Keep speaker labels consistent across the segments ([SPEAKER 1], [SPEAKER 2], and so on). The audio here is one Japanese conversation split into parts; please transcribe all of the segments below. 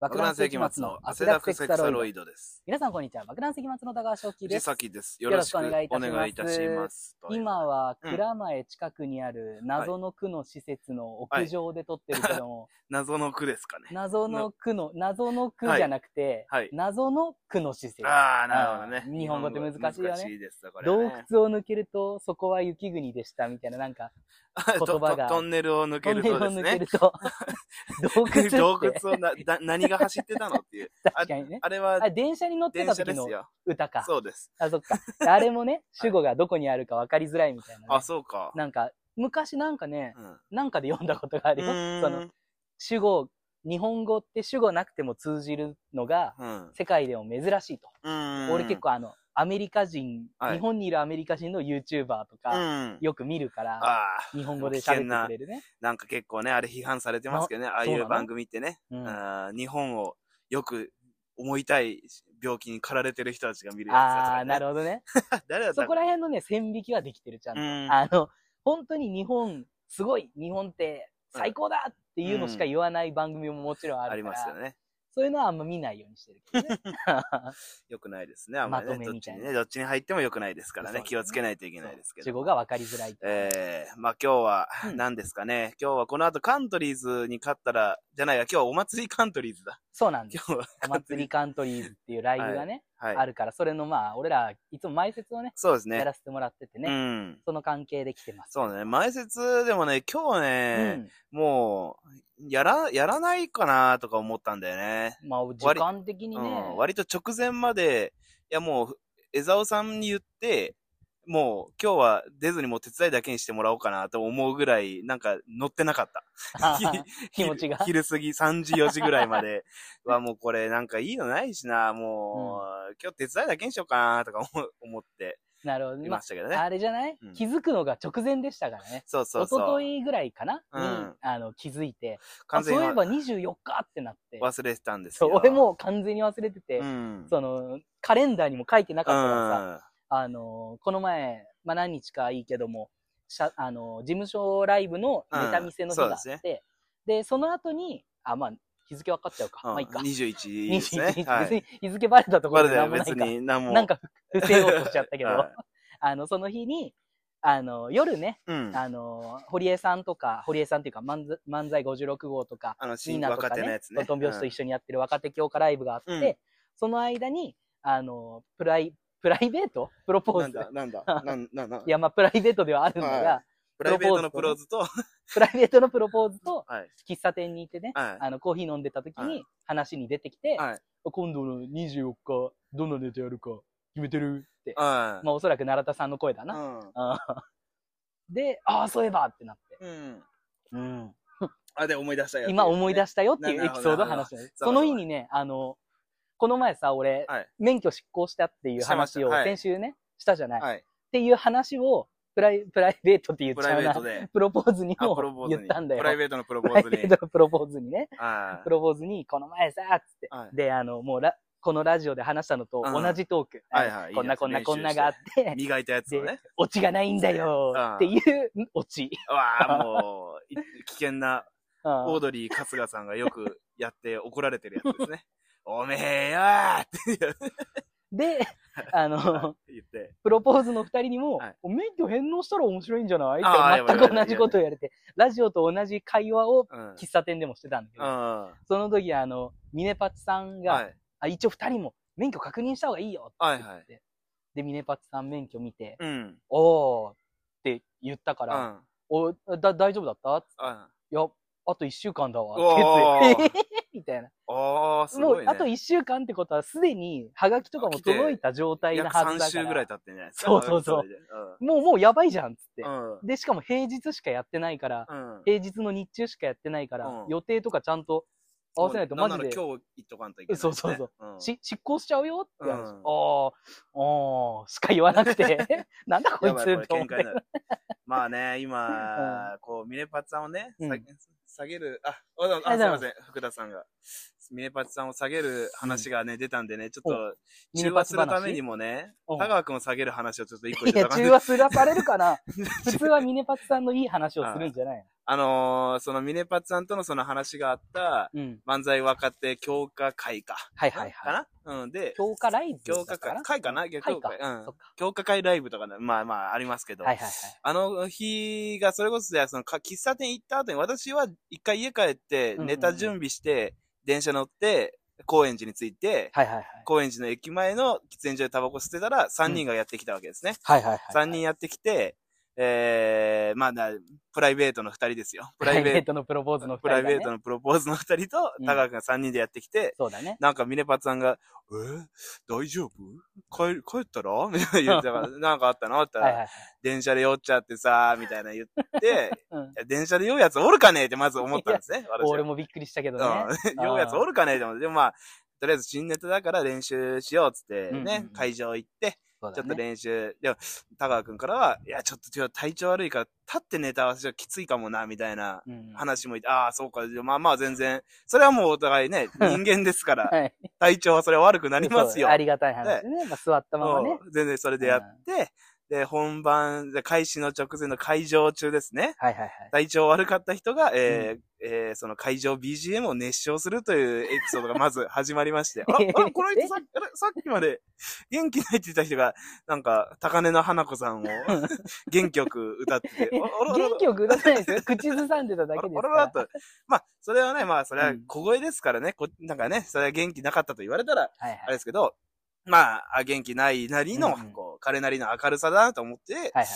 [SPEAKER 1] 爆弾世紀末の汗だくセクサロイドです。
[SPEAKER 2] 皆さんこんにちは。爆弾石松の田川正樹で
[SPEAKER 1] 藤
[SPEAKER 2] す。
[SPEAKER 1] 崎です。よ
[SPEAKER 2] よ
[SPEAKER 1] ろ
[SPEAKER 2] ろ
[SPEAKER 1] し
[SPEAKER 2] しく
[SPEAKER 1] く
[SPEAKER 2] お
[SPEAKER 1] お
[SPEAKER 2] 願いいたします
[SPEAKER 1] 願いいたします。
[SPEAKER 2] 今は
[SPEAKER 1] うん
[SPEAKER 2] 蔵前近くにある謎の区の施設の屋上で撮ってるけども、
[SPEAKER 1] 謎の句ですか ね。
[SPEAKER 2] 謎の区の、謎の区じゃなくて、
[SPEAKER 1] はいはい
[SPEAKER 2] 謎の区の施設。
[SPEAKER 1] ああ、なるほど
[SPEAKER 2] う
[SPEAKER 1] ね。
[SPEAKER 2] ん日本語って難しいよね
[SPEAKER 1] 難しいですよこれね
[SPEAKER 2] 洞窟を抜けると、そこは雪国でしたみたいな、なんか、
[SPEAKER 1] あと
[SPEAKER 2] 言葉が
[SPEAKER 1] とトンネルを抜
[SPEAKER 2] ト
[SPEAKER 1] け
[SPEAKER 2] ン
[SPEAKER 1] る
[SPEAKER 2] ネル
[SPEAKER 1] と
[SPEAKER 2] を
[SPEAKER 1] です
[SPEAKER 2] 抜け
[SPEAKER 1] ね
[SPEAKER 2] る。 と、洞窟って、
[SPEAKER 1] 洞窟をな、だ何が走ってたのっていう。
[SPEAKER 2] 確かにね。
[SPEAKER 1] あれは
[SPEAKER 2] あ、電車に乗って
[SPEAKER 1] 電
[SPEAKER 2] た
[SPEAKER 1] 車
[SPEAKER 2] 時
[SPEAKER 1] です
[SPEAKER 2] の
[SPEAKER 1] よ。
[SPEAKER 2] 歌か。
[SPEAKER 1] そうです。
[SPEAKER 2] あ、そっか。あれもね、主語がどこにあるか分かりづらいみたいなね、
[SPEAKER 1] あ、そうか。
[SPEAKER 2] なんか、昔なんかね、
[SPEAKER 1] うん
[SPEAKER 2] なんかで読んだことがあるよ。
[SPEAKER 1] うーん
[SPEAKER 2] その、主語、日本語って主語なくても通じるのが、
[SPEAKER 1] うん。
[SPEAKER 2] 世界でも珍しいと。
[SPEAKER 1] うん
[SPEAKER 2] 俺結構あの、アメリカ人、
[SPEAKER 1] はい
[SPEAKER 2] 日本にいるアメリカ人の YouTuber と
[SPEAKER 1] う
[SPEAKER 2] か、
[SPEAKER 1] ん。
[SPEAKER 2] よく見るから、
[SPEAKER 1] ああ、
[SPEAKER 2] 日本語で喋ってくれるね。
[SPEAKER 1] なんか結構ね、あれ批判されてますけどね、ああい
[SPEAKER 2] そうな
[SPEAKER 1] う
[SPEAKER 2] の
[SPEAKER 1] 番組ってね。
[SPEAKER 2] うん、あ
[SPEAKER 1] あー日本をよく思いたい病気にかられてる人たちが見るやつだと
[SPEAKER 2] あ
[SPEAKER 1] か
[SPEAKER 2] ー、
[SPEAKER 1] ね
[SPEAKER 2] なるほど ね。
[SPEAKER 1] 誰だった
[SPEAKER 2] そ
[SPEAKER 1] か
[SPEAKER 2] こら辺のね、線引きはできてる、ちゃんと。
[SPEAKER 1] うん
[SPEAKER 2] あの、本当に日本、すごい、日本って最高だっていうのしか言わない番組ももちろんあ
[SPEAKER 1] あり
[SPEAKER 2] るか
[SPEAKER 1] ま
[SPEAKER 2] ら、
[SPEAKER 1] すよね。
[SPEAKER 2] そういうのはあんま見ないようにしてるけど ね。
[SPEAKER 1] よくないですね。あんまりね、
[SPEAKER 2] まと
[SPEAKER 1] ど
[SPEAKER 2] め
[SPEAKER 1] っ
[SPEAKER 2] み
[SPEAKER 1] ち
[SPEAKER 2] たい
[SPEAKER 1] に
[SPEAKER 2] な
[SPEAKER 1] ね、どっちに入ってもよくないですからね。
[SPEAKER 2] そうですね
[SPEAKER 1] 気をつけないといけないですけ
[SPEAKER 2] 主
[SPEAKER 1] ど。
[SPEAKER 2] 語が分かりづらいと。
[SPEAKER 1] えー、まあ今日は
[SPEAKER 2] うん
[SPEAKER 1] 何ですかね、今日はこの後カントリーズに勝ったら、じゃないや、今日はお祭りカントリーズだ。
[SPEAKER 2] そうなんです
[SPEAKER 1] 今。日は。
[SPEAKER 2] お祭りカントリーズっていうライブがね、あ
[SPEAKER 1] はい。
[SPEAKER 2] るから、それのまあ、俺ら、いつも前説をね、
[SPEAKER 1] そうです
[SPEAKER 2] や
[SPEAKER 1] ね。
[SPEAKER 2] らせてもらってて
[SPEAKER 1] う
[SPEAKER 2] ね、
[SPEAKER 1] ん。
[SPEAKER 2] その関係で来てます。
[SPEAKER 1] そうね。前説でもね、今日
[SPEAKER 2] う
[SPEAKER 1] ね、
[SPEAKER 2] ん。
[SPEAKER 1] もう、やら、やらないかなとか思ったんだよね。
[SPEAKER 2] まあ、時間的にね
[SPEAKER 1] うん、、割と直前まで、いやもう、江沢さんに言って、もう今日は出ずにもう手伝いだけにしてもらおうかなと思うぐらい、なんか乗ってなかった。
[SPEAKER 2] 気持ちが
[SPEAKER 1] 昼昼過ぎ3時4時ぐらいまで はもうこれなんかいいのないしな、もう、今日手伝いだけにしようかなとか思う思って
[SPEAKER 2] なるほどね。
[SPEAKER 1] い
[SPEAKER 2] ま
[SPEAKER 1] ま
[SPEAKER 2] あ
[SPEAKER 1] したけどね。
[SPEAKER 2] あれじゃない
[SPEAKER 1] うん
[SPEAKER 2] 気づくのが直前でしたからね。
[SPEAKER 1] そうそう
[SPEAKER 2] 一
[SPEAKER 1] そう。
[SPEAKER 2] 昨日ぐらいかな
[SPEAKER 1] うん
[SPEAKER 2] に、あの、気づいて、あ
[SPEAKER 1] 完
[SPEAKER 2] そう
[SPEAKER 1] 全
[SPEAKER 2] い
[SPEAKER 1] に
[SPEAKER 2] えば24日ってなって、
[SPEAKER 1] 忘れてたんです
[SPEAKER 2] そ
[SPEAKER 1] よ。
[SPEAKER 2] う俺もう完全に忘れてて
[SPEAKER 1] う、ん、
[SPEAKER 2] その、カレンダーにも書いてなかったからさ、
[SPEAKER 1] うん
[SPEAKER 2] あのこの前、まあ、何日かいいけども、しゃあの事務所ライブのネタ見せの日があって、
[SPEAKER 1] うんそう
[SPEAKER 2] でその後に、あ、まあ、日付分かっちゃうか。
[SPEAKER 1] うん
[SPEAKER 2] まあ、いいか。
[SPEAKER 1] 21です
[SPEAKER 2] 21
[SPEAKER 1] ね。
[SPEAKER 2] 日、
[SPEAKER 1] は
[SPEAKER 2] 別
[SPEAKER 1] い。
[SPEAKER 2] に日付バレたとこ
[SPEAKER 1] ま
[SPEAKER 2] ろで
[SPEAKER 1] だだ
[SPEAKER 2] なん
[SPEAKER 1] よ
[SPEAKER 2] もない
[SPEAKER 1] 別
[SPEAKER 2] から、
[SPEAKER 1] に何も。
[SPEAKER 2] なんか伏せようとしちゃったけど、
[SPEAKER 1] はい
[SPEAKER 2] あの、その日に、あの、夜ね、
[SPEAKER 1] うん、
[SPEAKER 2] あの、堀江さんとか、堀江さんっていうか、漫才漫才56号とか、
[SPEAKER 1] あの、
[SPEAKER 2] み
[SPEAKER 1] 新
[SPEAKER 2] んなと
[SPEAKER 1] 若
[SPEAKER 2] か
[SPEAKER 1] 手のや
[SPEAKER 2] ね
[SPEAKER 1] つ、ね。
[SPEAKER 2] トン拍子と一緒にやってる若手強化ライブがあって、
[SPEAKER 1] うん
[SPEAKER 2] その間に、あの、プライ、プライベートプロポー
[SPEAKER 1] なん
[SPEAKER 2] ズ。
[SPEAKER 1] だ、な んだ、なんなんなん
[SPEAKER 2] いや、まあ、プライベートではあるんだが、
[SPEAKER 1] はプライベートのプ
[SPEAKER 2] プ
[SPEAKER 1] ロ
[SPEAKER 2] ロ
[SPEAKER 1] ーズと、
[SPEAKER 2] プライベートのプロポーズと、
[SPEAKER 1] はい。
[SPEAKER 2] 喫茶店に行ってね、
[SPEAKER 1] はい
[SPEAKER 2] あの、コーヒー飲んでた時
[SPEAKER 1] は
[SPEAKER 2] に話に出てきて、
[SPEAKER 1] はい。
[SPEAKER 2] 今度の24日、どんなネタやるか決めてるって、
[SPEAKER 1] はい。
[SPEAKER 2] まあ、おそらく奈良田さんの声だな。あーで、ああ、そういえばってなって。
[SPEAKER 1] うん。う
[SPEAKER 2] う
[SPEAKER 1] ん。
[SPEAKER 2] ん、
[SPEAKER 1] あ、で、思い出したやつ。
[SPEAKER 2] 今思い出
[SPEAKER 1] し
[SPEAKER 2] したよっていう
[SPEAKER 1] な
[SPEAKER 2] エ
[SPEAKER 1] るほ
[SPEAKER 2] ピ
[SPEAKER 1] ど
[SPEAKER 2] ソードを
[SPEAKER 1] な
[SPEAKER 2] 話
[SPEAKER 1] るほ
[SPEAKER 2] し
[SPEAKER 1] ど
[SPEAKER 2] てます
[SPEAKER 1] そうだ
[SPEAKER 2] その日にね、あの、この前さ、俺、
[SPEAKER 1] はい
[SPEAKER 2] 免許執行したっていう話
[SPEAKER 1] して
[SPEAKER 2] を
[SPEAKER 1] ましたはい
[SPEAKER 2] 先週ね、したじゃない、っ
[SPEAKER 1] はい。
[SPEAKER 2] ていう話を、プライ、プライベートって言っ
[SPEAKER 1] プ
[SPEAKER 2] ち
[SPEAKER 1] ラ
[SPEAKER 2] ゃう
[SPEAKER 1] イベー
[SPEAKER 2] な
[SPEAKER 1] ト。で。
[SPEAKER 2] プロポーズに
[SPEAKER 1] あ、プロポ
[SPEAKER 2] も
[SPEAKER 1] ーズ
[SPEAKER 2] 言
[SPEAKER 1] に。
[SPEAKER 2] ったんだよ。
[SPEAKER 1] プライベートのプロ
[SPEAKER 2] プ
[SPEAKER 1] ポ
[SPEAKER 2] ライ
[SPEAKER 1] ー
[SPEAKER 2] ベ
[SPEAKER 1] ズに
[SPEAKER 2] ー。トのプロポーズにね。
[SPEAKER 1] はい
[SPEAKER 2] プロポーズに、この前さ、つって。
[SPEAKER 1] はい
[SPEAKER 2] で、あの、もうラ、このラジオで話したのと
[SPEAKER 1] うん
[SPEAKER 2] 同じトーク。
[SPEAKER 1] はいはい
[SPEAKER 2] こん
[SPEAKER 1] いい
[SPEAKER 2] な
[SPEAKER 1] やつ
[SPEAKER 2] こんな
[SPEAKER 1] 練習
[SPEAKER 2] こ
[SPEAKER 1] して
[SPEAKER 2] んながあって、
[SPEAKER 1] 磨いたやつをね。
[SPEAKER 2] オチがないんだよ
[SPEAKER 1] うん
[SPEAKER 2] っていうオチ。
[SPEAKER 1] わあ、もう、い危険な、
[SPEAKER 2] うん
[SPEAKER 1] オードリー春日さんがよくやって怒られてるやつですね。 おめえよーって
[SPEAKER 2] で、あの、
[SPEAKER 1] 言って。
[SPEAKER 2] プロポーズの二人にも、
[SPEAKER 1] はい
[SPEAKER 2] お免許返納したら面白いんじゃない
[SPEAKER 1] あー
[SPEAKER 2] って全く同じことを言われて、ラジオと同じ会話を
[SPEAKER 1] うん。
[SPEAKER 2] 喫茶店でもしてたんだけ
[SPEAKER 1] う
[SPEAKER 2] ど、
[SPEAKER 1] ん。は
[SPEAKER 2] その時、あの、ミネパチさん
[SPEAKER 1] い。
[SPEAKER 2] が、
[SPEAKER 1] はい
[SPEAKER 2] あ一応二人も免許確認した方がいいよって言
[SPEAKER 1] は
[SPEAKER 2] って、
[SPEAKER 1] い。
[SPEAKER 2] で、ミネパチさん免許見て、
[SPEAKER 1] うん。
[SPEAKER 2] おーって言ったか
[SPEAKER 1] う
[SPEAKER 2] ら、
[SPEAKER 1] ん。
[SPEAKER 2] おだ大丈夫だったって
[SPEAKER 1] うん。
[SPEAKER 2] いや、あと1週間だわ。って言って、えへへへ みたいな。
[SPEAKER 1] ああ、す
[SPEAKER 2] も
[SPEAKER 1] ご
[SPEAKER 2] う
[SPEAKER 1] い、ね。
[SPEAKER 2] あと1週間ってことは、すでに、ハガキとかも届いた状態な
[SPEAKER 1] 約
[SPEAKER 2] はずだ
[SPEAKER 1] 3
[SPEAKER 2] から。
[SPEAKER 1] 週ぐらい経ってんじゃないですか。
[SPEAKER 2] そうそうそう
[SPEAKER 1] れで
[SPEAKER 2] もう、もうやばいじゃん、つって。
[SPEAKER 1] うん。うん。
[SPEAKER 2] で、しかも平日しかやってないから、
[SPEAKER 1] うん。
[SPEAKER 2] 平日の日中しかやってないから、
[SPEAKER 1] うん
[SPEAKER 2] 予定とかちゃんと合わせないと
[SPEAKER 1] もう
[SPEAKER 2] マジ
[SPEAKER 1] ん
[SPEAKER 2] で
[SPEAKER 1] なら今日行っとかんといけない、ね。
[SPEAKER 2] そうそうそう
[SPEAKER 1] うん。
[SPEAKER 2] し執行しちゃうよって話。
[SPEAKER 1] うん
[SPEAKER 2] ああ、ああ、しか言わなくて、 なんだこい
[SPEAKER 1] や
[SPEAKER 2] つ
[SPEAKER 1] ば
[SPEAKER 2] っ
[SPEAKER 1] い
[SPEAKER 2] て
[SPEAKER 1] これ
[SPEAKER 2] 思っ
[SPEAKER 1] 喧嘩
[SPEAKER 2] て。
[SPEAKER 1] になる。まあね、今、こう、ミネパツさんをね、
[SPEAKER 2] うん
[SPEAKER 1] 下げ下げる、あ、わざわざ、あ
[SPEAKER 2] あ
[SPEAKER 1] す
[SPEAKER 2] り
[SPEAKER 1] い
[SPEAKER 2] がとうご
[SPEAKER 1] ま
[SPEAKER 2] ざ
[SPEAKER 1] せん、福田さんが。ミネパチさんを下げる話がね、出たんでね、ちょっ
[SPEAKER 2] お
[SPEAKER 1] と、
[SPEAKER 2] ミ
[SPEAKER 1] 中
[SPEAKER 2] ネ
[SPEAKER 1] 和
[SPEAKER 2] パ
[SPEAKER 1] す
[SPEAKER 2] チ話
[SPEAKER 1] るためにもね、
[SPEAKER 2] うん
[SPEAKER 1] 田川君を下げる話をちょっと一個
[SPEAKER 2] い
[SPEAKER 1] 言っ
[SPEAKER 2] や、
[SPEAKER 1] た感じ
[SPEAKER 2] 中和すらされるかな 普通はミネパチさんのいい話をするんじゃないの
[SPEAKER 1] あのーそのミネパチさんとのその話があった、
[SPEAKER 2] うん。
[SPEAKER 1] 漫才若手強化会か。
[SPEAKER 2] はいはいはい。
[SPEAKER 1] かなうん。で、
[SPEAKER 2] 強化ライブ
[SPEAKER 1] 強
[SPEAKER 2] だ
[SPEAKER 1] 化
[SPEAKER 2] から
[SPEAKER 1] 会。会かな
[SPEAKER 2] 会か
[SPEAKER 1] 会。うん
[SPEAKER 2] そっか。
[SPEAKER 1] 強化会ライブとかね、まあまあありますけど。
[SPEAKER 2] はいはいはい。
[SPEAKER 1] あの日が、それこそ、その、か喫茶店行った後に、私は一回家帰って、
[SPEAKER 2] うんうん
[SPEAKER 1] ネタ準備して、電車乗って、高円寺に着いて、
[SPEAKER 2] はいはいはい。
[SPEAKER 1] 高円寺の駅前の喫煙所でタバコ吸ってたら、3人がやってきたわけですね。
[SPEAKER 2] はいはいはい。
[SPEAKER 1] 3人やってきて、えー、まあな、プライベートの2人ですよ。
[SPEAKER 2] プ
[SPEAKER 1] プラ
[SPEAKER 2] ラ
[SPEAKER 1] イ
[SPEAKER 2] イ
[SPEAKER 1] ベ
[SPEAKER 2] ベ
[SPEAKER 1] ー
[SPEAKER 2] ー
[SPEAKER 1] ト、
[SPEAKER 2] トのプロポーズの二人
[SPEAKER 1] プ
[SPEAKER 2] が
[SPEAKER 1] ラ
[SPEAKER 2] ね
[SPEAKER 1] イベートのプロポーズの2人と
[SPEAKER 2] う、ん
[SPEAKER 1] 高川くんが3人でやってきて、
[SPEAKER 2] そうだね。
[SPEAKER 1] なんか、ミネパツさんが、えー大丈夫帰り、帰ったらみたいな言ってたから、なんかあったのって言ったら、
[SPEAKER 2] はいはいはい。
[SPEAKER 1] 電車で酔っちゃってさ、みたいな言って、
[SPEAKER 2] うん
[SPEAKER 1] い。や電車で酔うやつおるかねえってまず思ったんですね、私は。
[SPEAKER 2] 俺もびっくりしたけどね。
[SPEAKER 1] うん。 酔うやつおるかねえって思って、でもまあ、とりあえず新ネタだから練習しようっつっ
[SPEAKER 2] う
[SPEAKER 1] てね、
[SPEAKER 2] んうんうん
[SPEAKER 1] 会場行って、
[SPEAKER 2] そう
[SPEAKER 1] ち
[SPEAKER 2] だ
[SPEAKER 1] ょっと
[SPEAKER 2] ね。
[SPEAKER 1] 練習。でも、田川くんからは、いや、ちょっと今日体調悪いから、立ってネタ合わせはきついかもな、みたいな
[SPEAKER 2] うん
[SPEAKER 1] 話もいて、ああ、そうか、じゃあまあまあ全然、それはもうお互いね、人間ですか ら、
[SPEAKER 2] はい。
[SPEAKER 1] 体調はそれは悪くなります
[SPEAKER 2] そう
[SPEAKER 1] よ。
[SPEAKER 2] ありがたい話ね。まあ座ったままね。
[SPEAKER 1] うん全然それでやって、で、本番、で開始の直前の会場中ですね。
[SPEAKER 2] はいはいはい。
[SPEAKER 1] 体調悪かった人が、えーえーその会場 BGM を熱唱するというエピソードがまず始まりま して、あら、あらこの人さっきあれさっきまで元気ないって言った人が、なんか、高根の花 子さんを元気よく歌ってて、あらあらあら
[SPEAKER 2] 元気よく歌ってないですよ。 口ずさんでただけですか
[SPEAKER 1] あら
[SPEAKER 2] ら。
[SPEAKER 1] あらと。まあ、それはね、まあ、それは
[SPEAKER 2] うん
[SPEAKER 1] 小声ですからね、こなんかね、それは元気なかったと言われたら、
[SPEAKER 2] はい
[SPEAKER 1] あ
[SPEAKER 2] は
[SPEAKER 1] れ
[SPEAKER 2] い。
[SPEAKER 1] ですけど、まああ、元気ないなりの、
[SPEAKER 2] うんうん
[SPEAKER 1] こう、彼なりの明るさだなと思って、
[SPEAKER 2] はいはい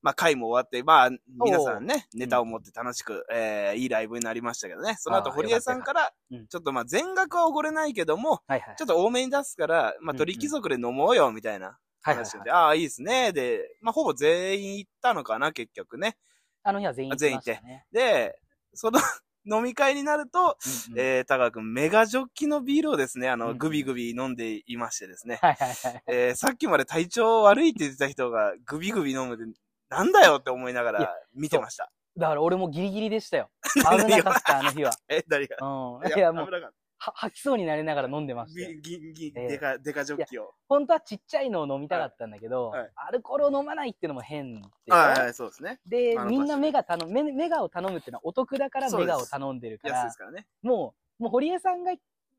[SPEAKER 1] まあ、回も終わって、まあ、皆さんね、
[SPEAKER 2] ん
[SPEAKER 1] ネタを持って楽しく、えーいいライブになりましたけどね。その後、
[SPEAKER 2] あー
[SPEAKER 1] 堀江さんから
[SPEAKER 2] たよかっ、
[SPEAKER 1] ちょっとまあ、全額はおごれないけども、
[SPEAKER 2] はいはい。
[SPEAKER 1] ちょっと多めに出すから、ま
[SPEAKER 2] う
[SPEAKER 1] あ、
[SPEAKER 2] ん
[SPEAKER 1] 鳥貴族で飲もうよ、みたいな
[SPEAKER 2] はいはい
[SPEAKER 1] 話
[SPEAKER 2] は
[SPEAKER 1] を
[SPEAKER 2] い
[SPEAKER 1] して、ああ、いいですね。で、まあ、ほぼ全員行ったのかな、結局ね。
[SPEAKER 2] あの日は全員行きましたね。
[SPEAKER 1] で、その、 飲み会になると、
[SPEAKER 2] うんうん
[SPEAKER 1] えー、高川くん、メガジョッキのビールをですね、あ
[SPEAKER 2] うん
[SPEAKER 1] の、
[SPEAKER 2] うん
[SPEAKER 1] グビグビ飲んでいましてですね。
[SPEAKER 2] はいはいはい。
[SPEAKER 1] えーさっきまで体調悪いって言ってた人が、グビグビ飲むで、なんだよって思いなが
[SPEAKER 2] いや
[SPEAKER 1] ら見てました。
[SPEAKER 2] だから俺もギリギリでした よ。危なかった、あの日は。
[SPEAKER 1] え、誰が
[SPEAKER 2] うん。いや、もう
[SPEAKER 1] 危、なかっ
[SPEAKER 2] は吐きそうになりながら飲んでま
[SPEAKER 1] た。
[SPEAKER 2] したよ。
[SPEAKER 1] ぎ、ぎ、ぎ、
[SPEAKER 2] ええ
[SPEAKER 1] でか、でかジョッキを。
[SPEAKER 2] 本当はちっちゃいのを飲みたかったんだけど、
[SPEAKER 1] はいはい
[SPEAKER 2] アルコールを飲まないっていうのも変でしょ
[SPEAKER 1] はいはい、そうですね。
[SPEAKER 2] で
[SPEAKER 1] あの、
[SPEAKER 2] みんなメガ頼む、メメガを頼むっていうのはお得だから
[SPEAKER 1] そうで
[SPEAKER 2] メ
[SPEAKER 1] す
[SPEAKER 2] ガを頼んでるか
[SPEAKER 1] 安い
[SPEAKER 2] ら
[SPEAKER 1] です、からね。
[SPEAKER 2] もう、もう堀江さんが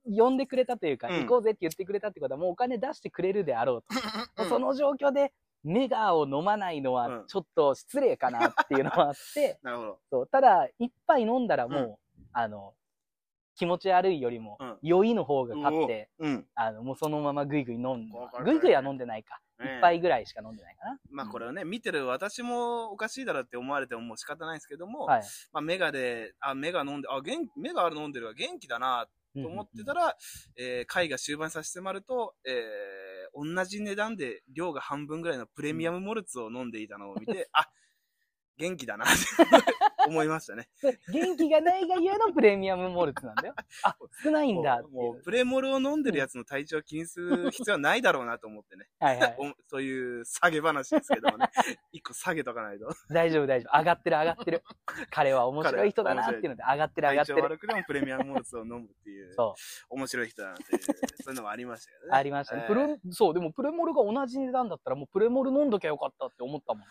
[SPEAKER 2] 呼んでくれたというか、
[SPEAKER 1] うん
[SPEAKER 2] 行こうぜって言ってくれたってことはもうお金出してくれるであろうと。もう
[SPEAKER 1] うん
[SPEAKER 2] その状況でメガを飲まないの
[SPEAKER 1] う
[SPEAKER 2] は
[SPEAKER 1] ん
[SPEAKER 2] ちょっと失礼かなっていうのもあって、
[SPEAKER 1] なるほど。
[SPEAKER 2] そうただ、一杯飲んだらもう、
[SPEAKER 1] うん
[SPEAKER 2] あの、気持ち悪いよりも
[SPEAKER 1] うん、
[SPEAKER 2] 酔いの方が勝って、
[SPEAKER 1] うん。
[SPEAKER 2] あの、もうそのままぐいぐい飲んで
[SPEAKER 1] わか、る
[SPEAKER 2] ぐいぐいは飲んでないか。
[SPEAKER 1] ねえ
[SPEAKER 2] 一杯ぐらいしか飲んでないかな。
[SPEAKER 1] まあこれをね、見てる私もおかしいだろって思われてももう仕方ないですけども、
[SPEAKER 2] はい。
[SPEAKER 1] まあメガで、あ、メガ飲んで、あ、元気、メガ飲んでるわ、元気だなと思ってた
[SPEAKER 2] ら、
[SPEAKER 1] ら、えー会が終盤に差し迫ると、えー同じ値段で量が半分ぐらいのプレミアムモルツを飲んでいたのを見て、 あ、元気だなって思いましたね。
[SPEAKER 2] 元気がないがゆえのプレミアムモルツなんだよ。あ、少ないんだってい
[SPEAKER 1] も
[SPEAKER 2] う
[SPEAKER 1] うもうプレモルを飲んでるやつの体調を気にする必要はないだろうなと思ってね。
[SPEAKER 2] はいはい。
[SPEAKER 1] おそういう下げ話ですけども ね。一個下げとかないと。
[SPEAKER 2] 大丈夫大丈夫。上がってる上がってる。彼は面白い人だなっていうので、上がってる上が
[SPEAKER 1] 体
[SPEAKER 2] って
[SPEAKER 1] 調
[SPEAKER 2] る。
[SPEAKER 1] 悪くてもプレミアムモルツを飲むっていう、
[SPEAKER 2] そ
[SPEAKER 1] 面白い人だなっていう、そういうのもありましたけど
[SPEAKER 2] う。
[SPEAKER 1] ね。
[SPEAKER 2] ありましたね
[SPEAKER 1] え。ー
[SPEAKER 2] プレ、そう、でもプレモルが同じ値段だったら、もうプレモル飲んどきゃよかったって思った もん。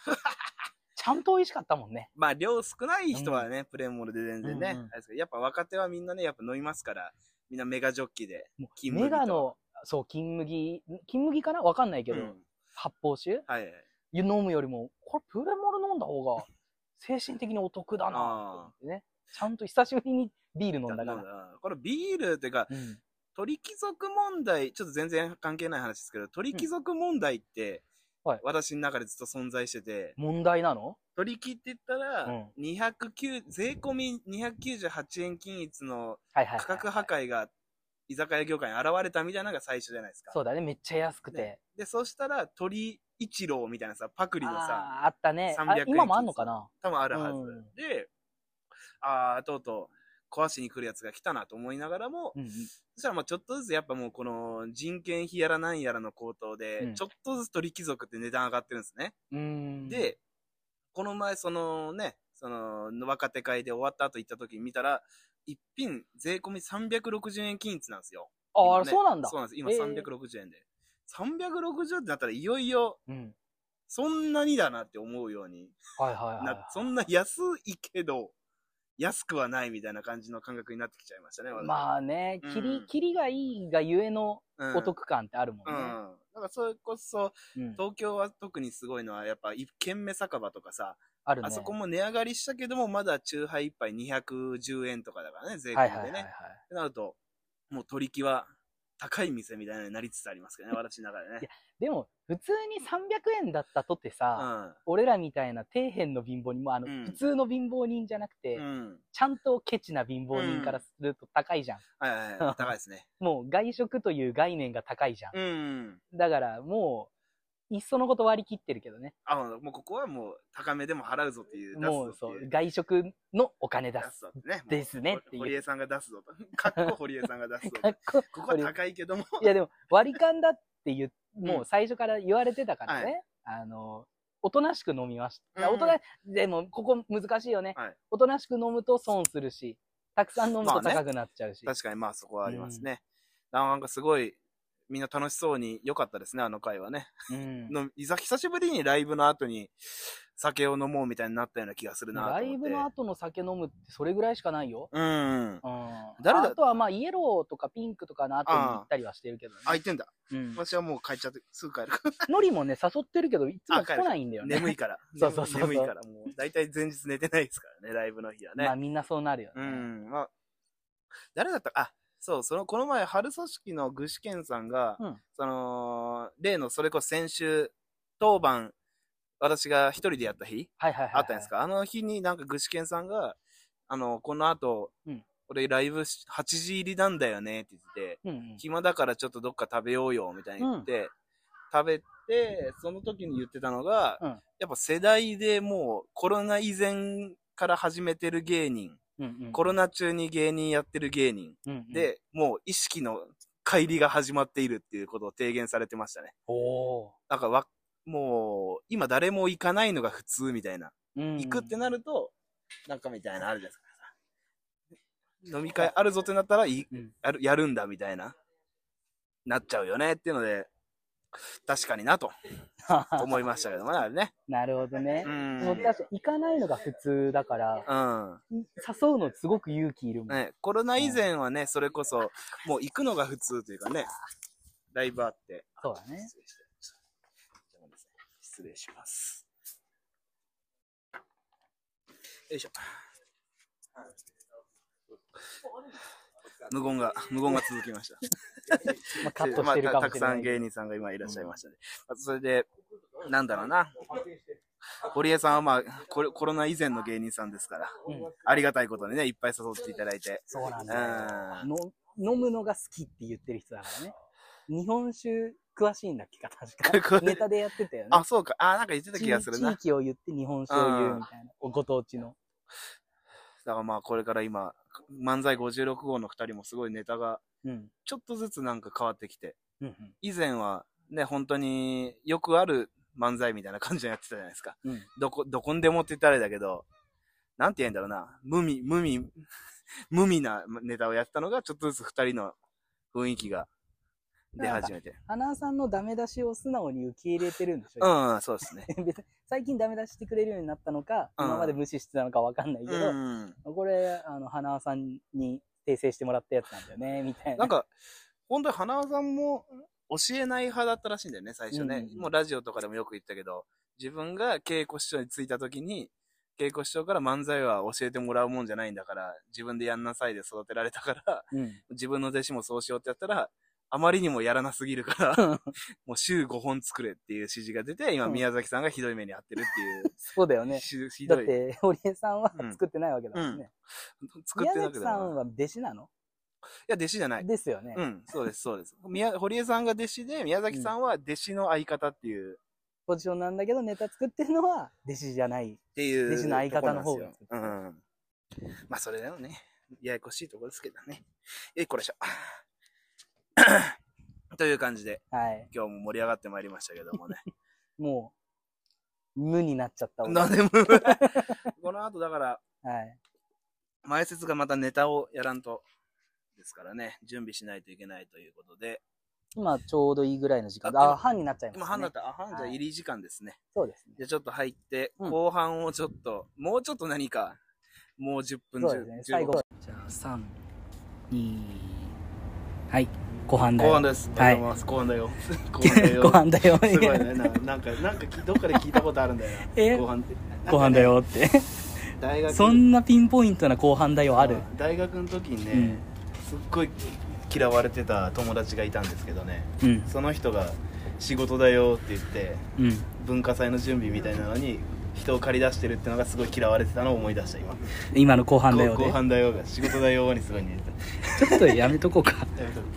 [SPEAKER 2] ちゃんと美味しかったもんね。
[SPEAKER 1] まあ、量少ない人はね、プレモルで全然ね、
[SPEAKER 2] うんうん
[SPEAKER 1] あれですけどやっぱ若手はみんなね、やっぱ飲みますから、みんなメガジョッキで、金
[SPEAKER 2] メガの、そう、金麦、金麦かなわかんないけ
[SPEAKER 1] と
[SPEAKER 2] ど、
[SPEAKER 1] うん
[SPEAKER 2] 発泡酒
[SPEAKER 1] はいはい。
[SPEAKER 2] 飲むよりも、これプレモル飲んだ方 が精神的にお得だなと思ってね。ちゃんと久しぶりにビール飲んだか
[SPEAKER 1] な
[SPEAKER 2] ら
[SPEAKER 1] ん。だこれビールっていうか、
[SPEAKER 2] うん
[SPEAKER 1] 鳥貴族問題、ちょっと全然関係ない話ですけど、鳥貴族問題って、
[SPEAKER 2] うんはい
[SPEAKER 1] 私の中でずっと存在してて、
[SPEAKER 2] 問題なの
[SPEAKER 1] 取り切って言った
[SPEAKER 2] う
[SPEAKER 1] ら
[SPEAKER 2] ん、
[SPEAKER 1] 209、税込み298円均一の
[SPEAKER 2] はいはいはいはい。
[SPEAKER 1] 価格破壊が居酒屋業界に現れたみたいなのが最初じゃないですか。
[SPEAKER 2] そうだね、めっちゃ安くて。
[SPEAKER 1] ねで、そしたら、鳥一郎みたいなさ、パクリのさ、
[SPEAKER 2] あーあったね。あ
[SPEAKER 1] 300
[SPEAKER 2] 今もあんのかな
[SPEAKER 1] 多分あるはず。
[SPEAKER 2] うん
[SPEAKER 1] で、ああ、とうとう壊しに来るやつが来たなと思いながらも、
[SPEAKER 2] うんうん。
[SPEAKER 1] そしたらまあちょっとずつやっぱもうこの人件費やらなんやらの高騰で、
[SPEAKER 2] うん
[SPEAKER 1] ちょっとずつ鳥貴族って値段上がってるんですね。
[SPEAKER 2] うーん、
[SPEAKER 1] で、この前そのね、その若手会で終わった後行った時に見たら、一品税込み360円均一なんですよ。
[SPEAKER 2] ああ、
[SPEAKER 1] 今ね
[SPEAKER 2] そうなんだ。
[SPEAKER 1] そうなんです。今
[SPEAKER 2] えー
[SPEAKER 1] 360円で。360円ってなったらいよいよ、
[SPEAKER 2] うん。
[SPEAKER 1] そんなにだなって思うように
[SPEAKER 2] はいはいはい、
[SPEAKER 1] な、そ
[SPEAKER 2] は
[SPEAKER 1] んな安いけど、安くはないみたいな感じの感覚になってきちゃいましたね、
[SPEAKER 2] い。まあね、
[SPEAKER 1] うん
[SPEAKER 2] キリ、キリがいいがゆえの
[SPEAKER 1] あ
[SPEAKER 2] お得感ってあるも
[SPEAKER 1] うん。
[SPEAKER 2] ん
[SPEAKER 1] だからそれこそ、
[SPEAKER 2] ね。うん。
[SPEAKER 1] 東京は特にすごいのは、やっぱ一軒目酒場とかさ、
[SPEAKER 2] あるね。
[SPEAKER 1] あそこも値上がりしたけども、まだ中杯一杯210円とかだからね、税込みでね。
[SPEAKER 2] はいはいはい、はい。
[SPEAKER 1] ってなると、もう取り木は高い店みたいなのになりつつあります けどね、私の中でね。
[SPEAKER 2] いやでも、普通に300円だったとってさ、
[SPEAKER 1] う
[SPEAKER 2] 俺らみたいな底辺の貧乏人も、あの、
[SPEAKER 1] うん
[SPEAKER 2] 普通の貧乏人じゃなくて、
[SPEAKER 1] ん。うん。
[SPEAKER 2] ちゃんとケチな貧乏人からすると高いじゃん。
[SPEAKER 1] はいはい はい。高いですね。
[SPEAKER 2] もう外食という概念が高いじゃん。
[SPEAKER 1] うん。
[SPEAKER 2] だからもう、いっそのこと割り切ってるけどね。
[SPEAKER 1] あ、もうここはもう高めでも払うぞっていう、出す
[SPEAKER 2] も
[SPEAKER 1] ぞ
[SPEAKER 2] う
[SPEAKER 1] って
[SPEAKER 2] そ、
[SPEAKER 1] いうう。
[SPEAKER 2] 外食のお金出
[SPEAKER 1] 出
[SPEAKER 2] す。
[SPEAKER 1] すぞってね。
[SPEAKER 2] ですねっていう
[SPEAKER 1] も堀江さんが出すぞと。 かっこ堀江さんが出すぞ
[SPEAKER 2] か
[SPEAKER 1] と。
[SPEAKER 2] っこ
[SPEAKER 1] ここは高いけども。
[SPEAKER 2] いやでも、割り勘だって言う、
[SPEAKER 1] ん
[SPEAKER 2] もう最初から言われてたからね。あの、おとなしく飲みました。
[SPEAKER 1] うん
[SPEAKER 2] おとな、でも、ここ難しいよね
[SPEAKER 1] はい。
[SPEAKER 2] おとなしく飲むと損するし、たくさん飲むと
[SPEAKER 1] まあね
[SPEAKER 2] 高くなっちゃうし。
[SPEAKER 1] 確かにまあそこはありますね。なんかすごい、みんな楽しそうに良かったですね、あの回はね。
[SPEAKER 2] うん
[SPEAKER 1] のいざ久しぶりにライブの後に酒を飲もうみたいになったような気がするなと思っ
[SPEAKER 2] ラ
[SPEAKER 1] て。
[SPEAKER 2] イブの後の酒飲むってそれぐらいしかないよ。
[SPEAKER 1] う
[SPEAKER 2] う
[SPEAKER 1] ん。
[SPEAKER 2] ん。
[SPEAKER 1] 誰だ
[SPEAKER 2] あとはまあ、イエローとかピンクとかの後に行ったりはしてるけどね。
[SPEAKER 1] あ、行ってんだ。
[SPEAKER 2] うん。
[SPEAKER 1] 私はもう帰っちゃって、すぐ帰る か
[SPEAKER 2] ノリもね、誘ってるけど、いつも
[SPEAKER 1] あ帰
[SPEAKER 2] 来
[SPEAKER 1] る
[SPEAKER 2] ないんだよ
[SPEAKER 1] ら。
[SPEAKER 2] ね。
[SPEAKER 1] 眠いから。
[SPEAKER 2] そうそうそうそう
[SPEAKER 1] 眠いから。もう、大体前日寝てないですからね、ライブの日はね。
[SPEAKER 2] まあみんなそうなるよ
[SPEAKER 1] う
[SPEAKER 2] ね。
[SPEAKER 1] ん。まあ、誰だったか、あ、そう、その、この前、春組織の具志堅さんが、
[SPEAKER 2] うん
[SPEAKER 1] その、例の、それこそ先週、当番、私が一人でやった日、
[SPEAKER 2] はいはいはいはい。
[SPEAKER 1] あったんですかあの日になんか具志堅さんが、あの、この後、
[SPEAKER 2] うん
[SPEAKER 1] 俺ライブし8時入りなんだよねって言ってて、
[SPEAKER 2] うんうん。
[SPEAKER 1] 暇だからちょっとどっか食べようよみたいに言って、食べてその時に言ってたのが、
[SPEAKER 2] うん
[SPEAKER 1] やっぱ世代でもうコロナ以前から始めてる芸人、
[SPEAKER 2] うんうん
[SPEAKER 1] コロナ中に芸人やってる芸人
[SPEAKER 2] うんうん、
[SPEAKER 1] で、もう意識の乖離が始まっているっていうことを提言されてましたね。
[SPEAKER 2] おお
[SPEAKER 1] なんかわもう今誰も行かないのが普通みたいな。
[SPEAKER 2] ー。うん
[SPEAKER 1] 行くってなると、なんかみたいなあるじゃないですか。飲み会あるぞってなったらい
[SPEAKER 2] うん
[SPEAKER 1] やる、やるんだみたいな、なっちゃうよねっていうので、確かになと思いましたけどもね、あれね。
[SPEAKER 2] なるほどね
[SPEAKER 1] う。。
[SPEAKER 2] もうん確かに行かないのが普通だから、
[SPEAKER 1] うん。
[SPEAKER 2] 誘うのすごく勇気いるもん。
[SPEAKER 1] ね、コロナ以前はね、それこそ、もう行くのが普通というかね、ライブあって。
[SPEAKER 2] そうだね。
[SPEAKER 1] 失礼して邪魔ですね失礼します。よいしょ。無言が、無言が続きました。
[SPEAKER 2] まあ、カットしてるかもしれ
[SPEAKER 1] まあたたくさ
[SPEAKER 2] なんいけど。
[SPEAKER 1] 芸人さんが今いらっしゃいましたね。あそれで、なんだろうな。堀江さんはまあコロ、コロナ以前の芸人さんですから、
[SPEAKER 2] うん
[SPEAKER 1] ありがたいことにね、いっぱい誘っていただいて。
[SPEAKER 2] そうなん
[SPEAKER 1] う
[SPEAKER 2] だよ
[SPEAKER 1] ん。
[SPEAKER 2] の。飲むのが好きって言ってる人だからね。日本酒詳しいんだっけか、確
[SPEAKER 1] 詳
[SPEAKER 2] か。
[SPEAKER 1] しい
[SPEAKER 2] ネタでやってたよね。
[SPEAKER 1] あ、そうか。あ、なんか言ってた気がするな
[SPEAKER 2] 地。域を言って日本酒を言うみたいな。ご当地の。
[SPEAKER 1] だからまあこれから今、漫才56号の2人もすごいネタが
[SPEAKER 2] うん。
[SPEAKER 1] ちょっとずつなんか変わってきて、
[SPEAKER 2] うんうん
[SPEAKER 1] 以前はね、本当によくある漫才みたいな感じでやってたじゃないですか。
[SPEAKER 2] うん。
[SPEAKER 1] どこ、どこんでもって言ったらあれだけど、なんて言うんだろうな、無味、無味、 無味なネタをやってたのがちょっとずつ2人の雰囲気が出始めて。
[SPEAKER 2] 花さんのダメ出しを素直に受け入れてるんでし
[SPEAKER 1] う
[SPEAKER 2] ょ、
[SPEAKER 1] ん、うんそうですね。
[SPEAKER 2] 別に最近ダメ出ししてくれるようになったのか、
[SPEAKER 1] うん
[SPEAKER 2] 今まで無視してたのかわかん ないけ
[SPEAKER 1] う
[SPEAKER 2] ど、
[SPEAKER 1] ん。
[SPEAKER 2] これ、あの、花さんに訂正してもらったやつなんだよね、みたいな。
[SPEAKER 1] なんか、本当に花輪さんも教えない派だったらしいんだよね、最初
[SPEAKER 2] うん
[SPEAKER 1] ね
[SPEAKER 2] うん。うん
[SPEAKER 1] もうラジオとかでもよく言ったけど、自分が稽古師匠に着いた時に、稽古師匠から漫才は教えてもらうもんじゃないんだから、自分でやんなさいで育てられたから、
[SPEAKER 2] うん、
[SPEAKER 1] 自分の弟子もそうしようってやったら、あまりにもやらなすぎ るから、もう週5本作れっていう指示が出て、今
[SPEAKER 2] うん
[SPEAKER 1] 宮崎さんがひどい目に遭ってるって
[SPEAKER 2] そうだよ
[SPEAKER 1] いう、
[SPEAKER 2] ね。
[SPEAKER 1] ひひ
[SPEAKER 2] だ
[SPEAKER 1] ど
[SPEAKER 2] っ
[SPEAKER 1] い。
[SPEAKER 2] て、堀江さんは
[SPEAKER 1] うん
[SPEAKER 2] 作ってないわけだもんね。
[SPEAKER 1] 作っ
[SPEAKER 2] 宮
[SPEAKER 1] てな
[SPEAKER 2] 崎
[SPEAKER 1] くて
[SPEAKER 2] さん
[SPEAKER 1] も。
[SPEAKER 2] は弟子なの、
[SPEAKER 1] いや、弟子じゃない。
[SPEAKER 2] ですよね。
[SPEAKER 1] うん、そうです、そうです。宮堀江さんが弟子で、宮崎さんは弟子の相方っていう、
[SPEAKER 2] ポジションなんだけど、ネタ作ってるの は弟子じゃない。
[SPEAKER 1] っていう。
[SPEAKER 2] 弟子の相方の方が
[SPEAKER 1] ところなんですようん。まあ、それだよね。ややこしいところですけどね。えい、これしょ。 という感じで、
[SPEAKER 2] はい。
[SPEAKER 1] 今日も盛り上がってまいりましたけどもね。
[SPEAKER 2] も う、無になっちゃった俺
[SPEAKER 1] なんでも、この後だから、
[SPEAKER 2] はい。
[SPEAKER 1] 前説がまたネタをやらんと、ですからね、準備しないといけないということで、
[SPEAKER 2] 今ちょうどいいぐらいの時間。
[SPEAKER 1] あ
[SPEAKER 2] あ、
[SPEAKER 1] 今
[SPEAKER 2] 半になっちゃいました、ね。
[SPEAKER 1] 今半だった、あ、半じゃ
[SPEAKER 2] はい
[SPEAKER 1] 入り時間ですね。
[SPEAKER 2] そうですね。
[SPEAKER 1] じゃあちょっと入って、
[SPEAKER 2] うん
[SPEAKER 1] 後半をちょっと、もうちょっと何か、もう10分、
[SPEAKER 2] そうですね。最後。じゃあ、3、2、はい。後半だ
[SPEAKER 1] 後半
[SPEAKER 2] よ。
[SPEAKER 1] です。
[SPEAKER 2] はい
[SPEAKER 1] ありがとうございます後半だよ。 後半だよ。
[SPEAKER 2] 後半だよ。
[SPEAKER 1] すごいね。ななんか、なんかきどっかで聞いたことあるんだよ
[SPEAKER 2] え
[SPEAKER 1] な。後半って。なんかね
[SPEAKER 2] 後半だ。よって。
[SPEAKER 1] 大学
[SPEAKER 2] そんなピンポイントな後半だよある。
[SPEAKER 1] 大学の時にね、
[SPEAKER 2] うん
[SPEAKER 1] すっごい嫌われてた友達がいたんですけどね、
[SPEAKER 2] うん。
[SPEAKER 1] その人が仕事だよって言って、
[SPEAKER 2] うん。
[SPEAKER 1] 文化祭の準備みたいなのに人を借り出してるってのがすごい嫌われてたのを思い出した今
[SPEAKER 2] 今の後半だよ
[SPEAKER 1] 後
[SPEAKER 2] で。
[SPEAKER 1] 後半だよが仕事だよにすごい似て
[SPEAKER 2] ちょっとやめとこうか。
[SPEAKER 1] たやめとこ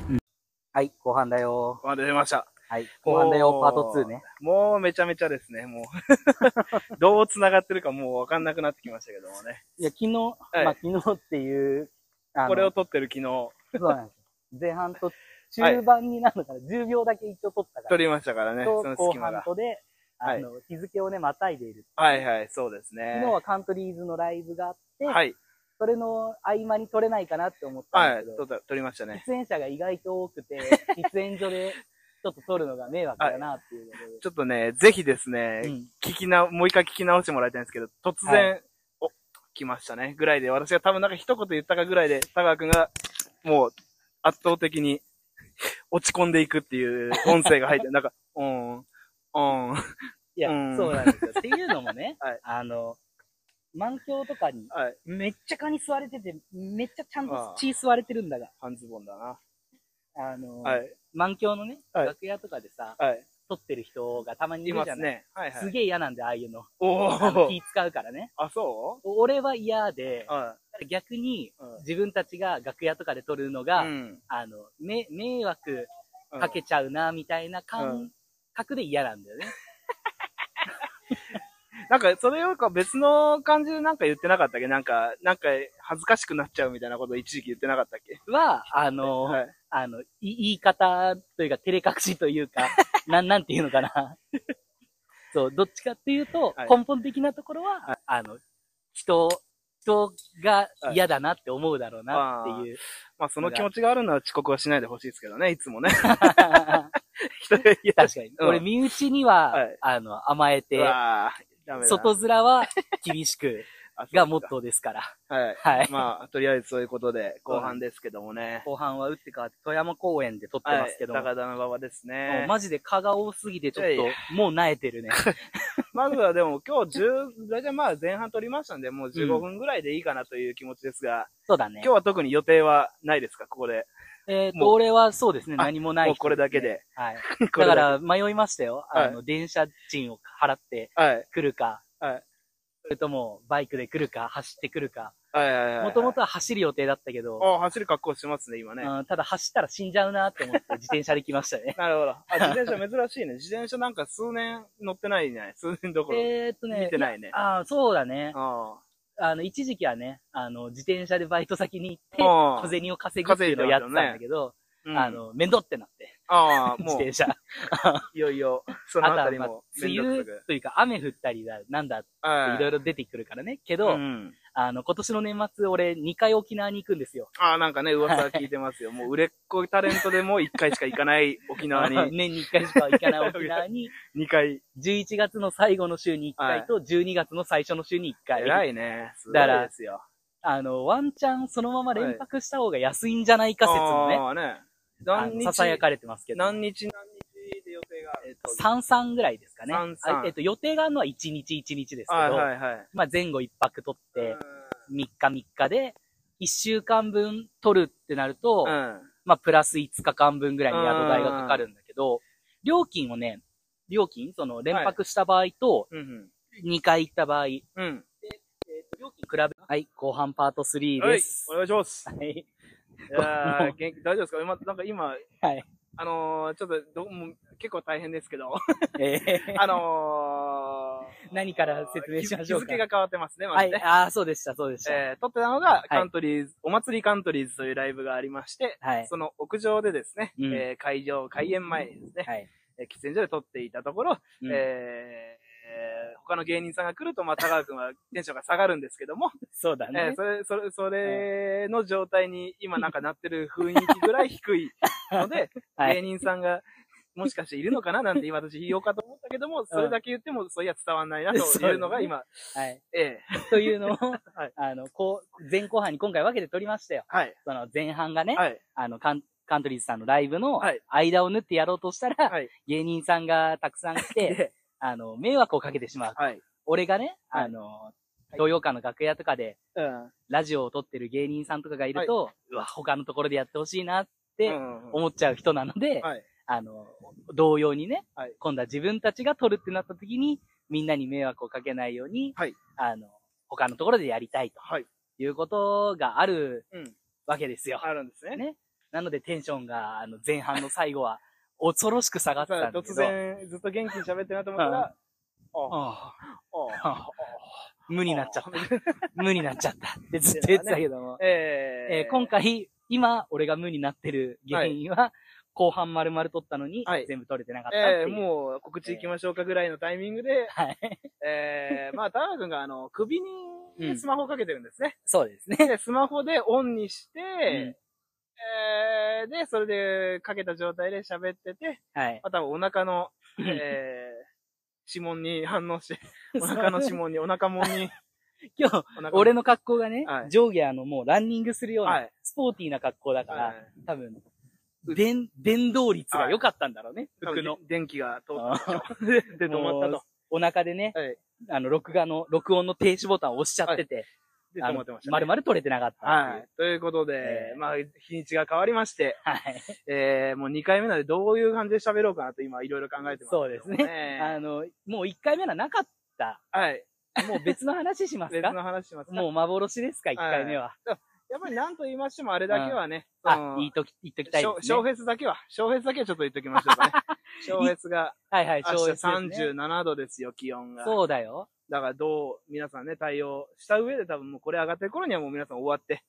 [SPEAKER 2] はい、後半だよ。
[SPEAKER 1] うあ出ました
[SPEAKER 2] はい。後半だよ、パート2ね。
[SPEAKER 1] もうめちゃめちゃですねもう どう繋がってるかもう分かんなくなってきましたけどもね
[SPEAKER 2] いや、昨日、
[SPEAKER 1] い
[SPEAKER 2] まあ昨日っていう、あの
[SPEAKER 1] これを撮ってる昨日
[SPEAKER 2] そうなんですよ。前半と中盤になるのかな、10秒だけ一応取ったか
[SPEAKER 1] 撮
[SPEAKER 2] ら。
[SPEAKER 1] りましたからねそ
[SPEAKER 2] と
[SPEAKER 1] の
[SPEAKER 2] 後
[SPEAKER 1] 隙間
[SPEAKER 2] 半
[SPEAKER 1] が
[SPEAKER 2] とで、あの、日付をね、またいでいる。
[SPEAKER 1] はいはいそうですね
[SPEAKER 2] 昨日はカントリーズのライブがあって、
[SPEAKER 1] はい
[SPEAKER 2] それの合間に撮れないかなって思ったん
[SPEAKER 1] は
[SPEAKER 2] で
[SPEAKER 1] い
[SPEAKER 2] すけど、
[SPEAKER 1] 撮った撮りましたね
[SPEAKER 2] 出演者が意外と多くて、喫煙所でちょっと撮るのが迷惑だなっていうので。
[SPEAKER 1] ちょっとねぜひですね、
[SPEAKER 2] うん
[SPEAKER 1] 聞きなもう一回聞き直してもらいたいんですけど突
[SPEAKER 2] は
[SPEAKER 1] 然、お来ましたねぐらいで私が多分なんか一言言ったかぐらいで田川くんがもう圧倒的に 落ち込んでいくっていう音声が入ってなんかうーんうーん
[SPEAKER 2] いや、
[SPEAKER 1] うん
[SPEAKER 2] そうなんですよ。っていうのもね、
[SPEAKER 1] はい
[SPEAKER 2] あの、満響とかに、
[SPEAKER 1] はい
[SPEAKER 2] めっちゃ蚊に吸われてて、めっちゃちゃんと血吸われてるんだが、
[SPEAKER 1] 半ズボンだな
[SPEAKER 2] あの、
[SPEAKER 1] はい
[SPEAKER 2] 満響のね、
[SPEAKER 1] はい
[SPEAKER 2] 楽屋とかでさ、
[SPEAKER 1] はい
[SPEAKER 2] 撮ってる人がたまにい
[SPEAKER 1] い
[SPEAKER 2] る
[SPEAKER 1] ま
[SPEAKER 2] じゃ
[SPEAKER 1] す
[SPEAKER 2] ない
[SPEAKER 1] ねはいは
[SPEAKER 2] す
[SPEAKER 1] い
[SPEAKER 2] げえ嫌なんで、ああいうの。
[SPEAKER 1] お
[SPEAKER 2] あの
[SPEAKER 1] お
[SPEAKER 2] 気使うからね。
[SPEAKER 1] あそ
[SPEAKER 2] 俺は嫌で
[SPEAKER 1] う、は
[SPEAKER 2] 逆に
[SPEAKER 1] い
[SPEAKER 2] 自分たちが楽屋とかで撮るのが、
[SPEAKER 1] うん
[SPEAKER 2] あの、め、迷惑
[SPEAKER 1] うん
[SPEAKER 2] かけちゃうな、みたいな
[SPEAKER 1] う
[SPEAKER 2] 感覚で嫌なんだよね。
[SPEAKER 1] なんか、それよりか別の感じでなんか言ってなかったっけなんか、なんか恥ずかしくなっちゃうみたいなこと一時期言ってなかったっけ
[SPEAKER 2] は、あの、
[SPEAKER 1] はい。
[SPEAKER 2] あの、い言い方というか、照れ隠しという か、なん、なんていうのかな。そう、どっちかっていうと、
[SPEAKER 1] はい
[SPEAKER 2] 根本的なところは、あの、人、人が嫌だなって思うだろうなっていう。
[SPEAKER 1] まあ、その気持ちがあるなら遅刻はしないでほしいですけどね、いつもね。 人が言
[SPEAKER 2] 確かに。
[SPEAKER 1] うん
[SPEAKER 2] 俺、身内には、
[SPEAKER 1] はい
[SPEAKER 2] あの、甘え
[SPEAKER 1] う
[SPEAKER 2] て、
[SPEAKER 1] わあダメだ。
[SPEAKER 2] 外面は厳しく
[SPEAKER 1] あそう
[SPEAKER 2] がモットーですから。
[SPEAKER 1] はい。
[SPEAKER 2] はい。
[SPEAKER 1] まあ、とりあえずそういうことで、後半ですけどもね。
[SPEAKER 2] 後半は打って変わって富山公園で撮って
[SPEAKER 1] は
[SPEAKER 2] ま
[SPEAKER 1] い
[SPEAKER 2] すけ。ども、
[SPEAKER 1] 高田馬場です
[SPEAKER 2] も
[SPEAKER 1] ね
[SPEAKER 2] う。マジで蚊が多すぎてちょっ
[SPEAKER 1] いやいや
[SPEAKER 2] と、もう慣えてるね。
[SPEAKER 1] まずはでも今日10、大体まあ前半撮りましたんで、もう15分ぐらいでいいかなという気持ちですが、
[SPEAKER 2] そうだね
[SPEAKER 1] 今日。は特に予定はないですかここで。
[SPEAKER 2] えっ、と、
[SPEAKER 1] もう
[SPEAKER 2] 俺はそうですね、
[SPEAKER 1] あ
[SPEAKER 2] 何もない、
[SPEAKER 1] もうこれだけで。
[SPEAKER 2] はい。
[SPEAKER 1] だ
[SPEAKER 2] だか、ら迷いましたよ。
[SPEAKER 1] はい
[SPEAKER 2] あの、電車賃を払って
[SPEAKER 1] はい。
[SPEAKER 2] 来るか、
[SPEAKER 1] はい。
[SPEAKER 2] それともバイクで来るか、走って来るか。
[SPEAKER 1] はいはいはいはい。
[SPEAKER 2] もともとは走る予定だったけど、
[SPEAKER 1] あ走る格好してますね、今ね。。
[SPEAKER 2] うんただ走ったら死んじゃうなって思って自転車で来ましたね
[SPEAKER 1] なるほど。あ、自転車珍しいね。自転車なんか数年乗ってないね。数年どころ。
[SPEAKER 2] えーっとね、
[SPEAKER 1] 見てないね。
[SPEAKER 2] ああ、そうだね。
[SPEAKER 1] あ
[SPEAKER 2] あの、一時期はね、あの、自転車でバイト先に行って、
[SPEAKER 1] あ
[SPEAKER 2] 小。銭を稼ぐっていうのをやってたんだけど、
[SPEAKER 1] うん
[SPEAKER 2] あ、の、面倒ってなって、
[SPEAKER 1] ああ、
[SPEAKER 2] 自
[SPEAKER 1] も
[SPEAKER 2] 転車。
[SPEAKER 1] う、いよいよ、そ
[SPEAKER 2] あと
[SPEAKER 1] のあた
[SPEAKER 2] は、
[SPEAKER 1] り
[SPEAKER 2] まあ
[SPEAKER 1] も、、
[SPEAKER 2] 梅雨というか雨降ったりだ、なんだって
[SPEAKER 1] はい
[SPEAKER 2] ろいろ出てくるからね。けど、
[SPEAKER 1] うん
[SPEAKER 2] あの、今年の年末、俺、2回沖縄に行くんですよ。
[SPEAKER 1] ああ、なんかね、噂は聞いてますよ。もう、売れっ子タレントでも1回しか行かない沖縄に、
[SPEAKER 2] 年に1回しか行かない沖縄 に、
[SPEAKER 1] 2回。
[SPEAKER 2] 11月の最後の週に1回と、12月の最初の週に1回。
[SPEAKER 1] 偉いね。すご
[SPEAKER 2] だ
[SPEAKER 1] い
[SPEAKER 2] から
[SPEAKER 1] ですよ。
[SPEAKER 2] あの、ワンチャンそのまま連泊した方が安いんじゃないか説もね、
[SPEAKER 1] ああね。
[SPEAKER 2] あ
[SPEAKER 1] 何
[SPEAKER 2] の
[SPEAKER 1] 日、
[SPEAKER 2] 囁かれてますけど。
[SPEAKER 1] 何日、何日で予定がある
[SPEAKER 2] 33ぐらいですかね。
[SPEAKER 1] 33
[SPEAKER 2] あえっと、予定があるのは1日1日ですけど、
[SPEAKER 1] はいはいはい。
[SPEAKER 2] まあ前後1泊取って、
[SPEAKER 1] う
[SPEAKER 2] 3日3日で、1週間分取るってなると、
[SPEAKER 1] んうん。
[SPEAKER 2] まあ、プラス5日間分ぐらいに宿代がかかるんだけど、料金をね、料金、その、連泊した場合と、
[SPEAKER 1] うん
[SPEAKER 2] 2回行った場合、
[SPEAKER 1] うん。うん。
[SPEAKER 2] 料金比べ、はい、後半パート3
[SPEAKER 1] は
[SPEAKER 2] で
[SPEAKER 1] い
[SPEAKER 2] す、。
[SPEAKER 1] お願いします。
[SPEAKER 2] はい。
[SPEAKER 1] いやー元気、大丈夫ですか今、なんか今、
[SPEAKER 2] はい。
[SPEAKER 1] あのー、ちょっとどう、もう結構大変です けど、
[SPEAKER 2] えー
[SPEAKER 1] あのー、
[SPEAKER 2] 何から説明しましょうか
[SPEAKER 1] 日日付が変わってますね、ま
[SPEAKER 2] は
[SPEAKER 1] ず
[SPEAKER 2] い、
[SPEAKER 1] ね。
[SPEAKER 2] ああ、そうでした、そうでした。
[SPEAKER 1] えー、撮ってたのが
[SPEAKER 2] い、
[SPEAKER 1] カントリーズ、お祭りカントリーズというライブがありまして、
[SPEAKER 2] はい。
[SPEAKER 1] その屋上でですね、
[SPEAKER 2] うん
[SPEAKER 1] えー会場、開演前にですね、
[SPEAKER 2] はい。
[SPEAKER 1] えー喫煙所で撮っていたところ、
[SPEAKER 2] うん
[SPEAKER 1] えーえー他の芸人さんが来ると、まあ、高田くんはテンションが下がるんですけども、
[SPEAKER 2] そうだ
[SPEAKER 1] えー
[SPEAKER 2] ね。
[SPEAKER 1] それ、それ、それの状態に今なんかなってる雰囲気ぐらい低いので、
[SPEAKER 2] は
[SPEAKER 1] 芸
[SPEAKER 2] い。
[SPEAKER 1] 人さんが、もしかしているのかななんて今私言おうかと思ったけども、それだけ言っても、そういや伝わんないなというのが今、
[SPEAKER 2] はい。
[SPEAKER 1] ええ、
[SPEAKER 2] というのを、
[SPEAKER 1] はい
[SPEAKER 2] あの、こう、前後半に今回分けて撮りましたよ。
[SPEAKER 1] はい、
[SPEAKER 2] その前半がね、
[SPEAKER 1] はい、
[SPEAKER 2] あの、カンカントリーズさんのライブの
[SPEAKER 1] はい
[SPEAKER 2] 間を縫ってやろうとしたら、
[SPEAKER 1] はい
[SPEAKER 2] 芸人さんがたくさん来て、
[SPEAKER 1] ええ
[SPEAKER 2] あの、迷惑をかけてしまう。
[SPEAKER 1] はい、
[SPEAKER 2] 俺がね、
[SPEAKER 1] はい
[SPEAKER 2] あの、東洋館の楽屋とかで、
[SPEAKER 1] うん。
[SPEAKER 2] ラジオを撮ってる芸人さんとかがいると、うわ、他のところでやってほしいなって
[SPEAKER 1] うん
[SPEAKER 2] 思っちゃう人なので、
[SPEAKER 1] はい
[SPEAKER 2] あの、同様にね、
[SPEAKER 1] はい
[SPEAKER 2] 今度は自分たちが撮るってなった時に、みんなに迷惑をかけないように、
[SPEAKER 1] はい
[SPEAKER 2] あの、他のところでやりたいと
[SPEAKER 1] はい、
[SPEAKER 2] いうことがある
[SPEAKER 1] うん
[SPEAKER 2] わけですよ。
[SPEAKER 1] あるんですね。
[SPEAKER 2] ねなのでテンションが、あの、前半の最後は、恐ろしく下がってたんだけ ど。
[SPEAKER 1] 突然、ずっと元気に喋ってるなと思ったら、ああ、
[SPEAKER 2] ああ
[SPEAKER 1] ああ、
[SPEAKER 2] ああ 無になっちゃった。無になっちゃ った。ってずっと言ってたけども。
[SPEAKER 1] ええ
[SPEAKER 2] えー今、回、今、俺が無になってる原因は、後半丸々取ったのに、
[SPEAKER 1] はい
[SPEAKER 2] 全部取れてなかったって
[SPEAKER 1] ええ
[SPEAKER 2] いう。
[SPEAKER 1] もう告知行きましょうかぐらいのタイミングで、
[SPEAKER 2] はい。
[SPEAKER 1] え えまあ、田中君があの、首
[SPEAKER 2] う
[SPEAKER 1] に
[SPEAKER 2] ん
[SPEAKER 1] スマホをかけてるんですね。
[SPEAKER 2] そうですね。
[SPEAKER 1] で、スマホでオンにして、
[SPEAKER 2] うん
[SPEAKER 1] えーで、それでかけた状態で喋ってて、
[SPEAKER 2] はい。
[SPEAKER 1] あとはお腹の、えー、指紋に反応 して、お腹の指紋に、お腹もんに、
[SPEAKER 2] 今 日、
[SPEAKER 1] お腹
[SPEAKER 2] 俺
[SPEAKER 1] の、
[SPEAKER 2] の格好がね、
[SPEAKER 1] はい
[SPEAKER 2] 上下あの、もうランニングするよう
[SPEAKER 1] は、
[SPEAKER 2] ないスポーティーな格好だから、
[SPEAKER 1] はい
[SPEAKER 2] 多分、伝、伝導率が良かったんだろうね、服の。
[SPEAKER 1] 電気が通っ
[SPEAKER 2] あ
[SPEAKER 1] た。で、で止まった
[SPEAKER 2] のお腹でね、
[SPEAKER 1] と。はい。
[SPEAKER 2] あの、録画の、録音の停止ボタンを押しちゃってて、
[SPEAKER 1] で、
[SPEAKER 2] あ
[SPEAKER 1] 止ま
[SPEAKER 2] の
[SPEAKER 1] ってまし、た、
[SPEAKER 2] 丸
[SPEAKER 1] ね。
[SPEAKER 2] 々取れてなかったっ
[SPEAKER 1] は
[SPEAKER 2] ていう
[SPEAKER 1] い。ということで
[SPEAKER 2] え、ー
[SPEAKER 1] まあ、日にちが変わりまして、
[SPEAKER 2] はい。
[SPEAKER 1] えー、もう2回目なのでどういう感じで喋ろうかなと今いろいろ考えてます、
[SPEAKER 2] そうですねあの、もう一回目はなかった。
[SPEAKER 1] はい。
[SPEAKER 2] もう別の話します
[SPEAKER 1] 別
[SPEAKER 2] か
[SPEAKER 1] の話します。
[SPEAKER 2] もう幻ですか、一回目は。
[SPEAKER 1] やっぱり何と言いましてもあれだけはね、そ
[SPEAKER 2] あ
[SPEAKER 1] の、
[SPEAKER 2] 言いとき、言っときたい
[SPEAKER 1] ショ
[SPEAKER 2] です
[SPEAKER 1] ショー
[SPEAKER 2] ね。
[SPEAKER 1] フェスだけは、ショーフェスだけはちょっと言っときましょう かね。ショーフェスが、
[SPEAKER 2] はいはい、小
[SPEAKER 1] 明日
[SPEAKER 2] 説ですね。
[SPEAKER 1] 37度ですよ、気温が。
[SPEAKER 2] そうだよ。
[SPEAKER 1] だからどう、皆さんね、対応した上で多分もうこれ上がってる頃にはもう皆さん終わ って、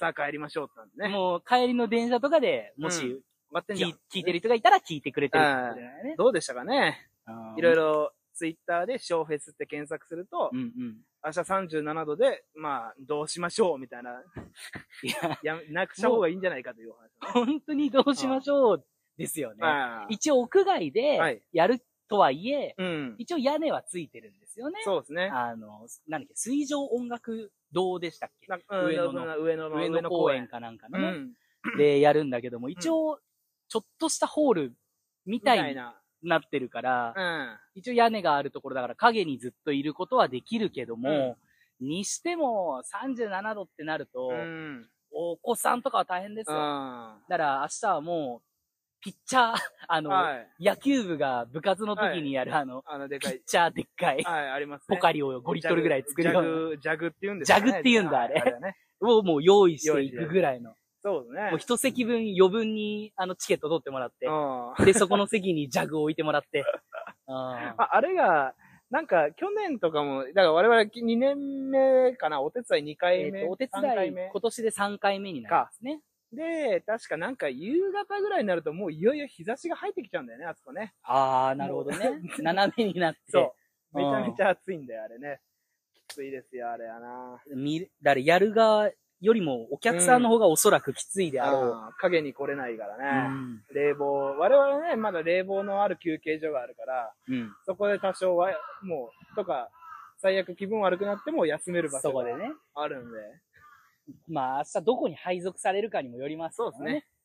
[SPEAKER 1] さあ帰りましょうってなんでね。終
[SPEAKER 2] もう帰りの電車とかで、も
[SPEAKER 1] う
[SPEAKER 2] し、
[SPEAKER 1] わってんじ
[SPEAKER 2] 聞
[SPEAKER 1] ゃん
[SPEAKER 2] い。聞いてる人がいたら聞いてくれてるかもしれないね。
[SPEAKER 1] どうでしたかねいろい。ろツイッターでショーフェスって検索すると
[SPEAKER 2] う、んうん。
[SPEAKER 1] 明日37度で、まあ、どうしましょうみたいな、
[SPEAKER 2] いや、
[SPEAKER 1] やめ、なくした方がいいんじゃないかというお話、ね。
[SPEAKER 2] 本当にどうしましょうですよね。
[SPEAKER 1] まあ、
[SPEAKER 2] 一応屋外
[SPEAKER 1] は
[SPEAKER 2] で
[SPEAKER 1] い、
[SPEAKER 2] やるとはいえ、
[SPEAKER 1] うん。
[SPEAKER 2] 一応屋根はついてるんですよね。
[SPEAKER 1] そうですね。
[SPEAKER 2] あの、なんだっけ、水上音楽堂でしたっけ
[SPEAKER 1] なんかうん
[SPEAKER 2] 上野の
[SPEAKER 1] 上野の、
[SPEAKER 2] 上野公園。かなんか
[SPEAKER 1] う
[SPEAKER 2] のね。
[SPEAKER 1] ん。
[SPEAKER 2] でやるんだけども、一応、ちょっとしたホールみ
[SPEAKER 1] みた
[SPEAKER 2] た
[SPEAKER 1] い
[SPEAKER 2] いに
[SPEAKER 1] な。
[SPEAKER 2] なってるから
[SPEAKER 1] う、ん。
[SPEAKER 2] 一応屋根があるところだから影にずっといることはできるけども、にしても37度ってなると、
[SPEAKER 1] うん。
[SPEAKER 2] お子さんとかは大変ですよ。
[SPEAKER 1] あ
[SPEAKER 2] だから明日はもう、ピッチャー、 あ
[SPEAKER 1] あ
[SPEAKER 2] の、
[SPEAKER 1] はい。
[SPEAKER 2] 野球部が部活の時にやる、あの、
[SPEAKER 1] あの、で
[SPEAKER 2] ピ
[SPEAKER 1] かい
[SPEAKER 2] ッ。チャーでっかい、
[SPEAKER 1] はい、あります
[SPEAKER 2] ポ
[SPEAKER 1] ね。
[SPEAKER 2] カリを5リットルぐらい作るような
[SPEAKER 1] ジャグ、ジャグって言うんですかね
[SPEAKER 2] ジャグって言うんだあれ
[SPEAKER 1] はね。
[SPEAKER 2] をもう用意していくぐらいの、
[SPEAKER 1] そうですね。
[SPEAKER 2] もう一席分余分にあのチケット取ってもらって
[SPEAKER 1] う、ん。
[SPEAKER 2] で、そこの席にジャグを置いてもら って。あー
[SPEAKER 1] ああれが、なんか、去年とかも、だから我々2年目かな、お手伝い2
[SPEAKER 2] え
[SPEAKER 1] 回
[SPEAKER 2] っ
[SPEAKER 1] 目、
[SPEAKER 2] と、お手
[SPEAKER 1] 3回
[SPEAKER 2] 伝い
[SPEAKER 1] 目、
[SPEAKER 2] 今年で3回目になりますね。
[SPEAKER 1] で、確かなんか夕方ぐらいになるともういよいよ日差しが入ってきちゃうんだよね、あそこね。
[SPEAKER 2] ああ、なるほど ね。斜めになって。
[SPEAKER 1] そう。めち
[SPEAKER 2] うん
[SPEAKER 1] ゃめちゃ暑いんだよ、あれね。きついですよ、あれやな。
[SPEAKER 2] 見だからやる側よりもお客さんの方がおそらくきついであろ
[SPEAKER 1] うん影に来れないか
[SPEAKER 2] う。う
[SPEAKER 1] らね。
[SPEAKER 2] ん。
[SPEAKER 1] 冷房、我々ね、まだ冷房のある休憩所があるから、
[SPEAKER 2] うん。
[SPEAKER 1] そこで多少は、もう、とか、最悪気分悪くなっても休める場
[SPEAKER 2] そ
[SPEAKER 1] 所
[SPEAKER 2] こ
[SPEAKER 1] が
[SPEAKER 2] でね。
[SPEAKER 1] あるんで。
[SPEAKER 2] まあ、明日どこに配属されるかにもよりますから。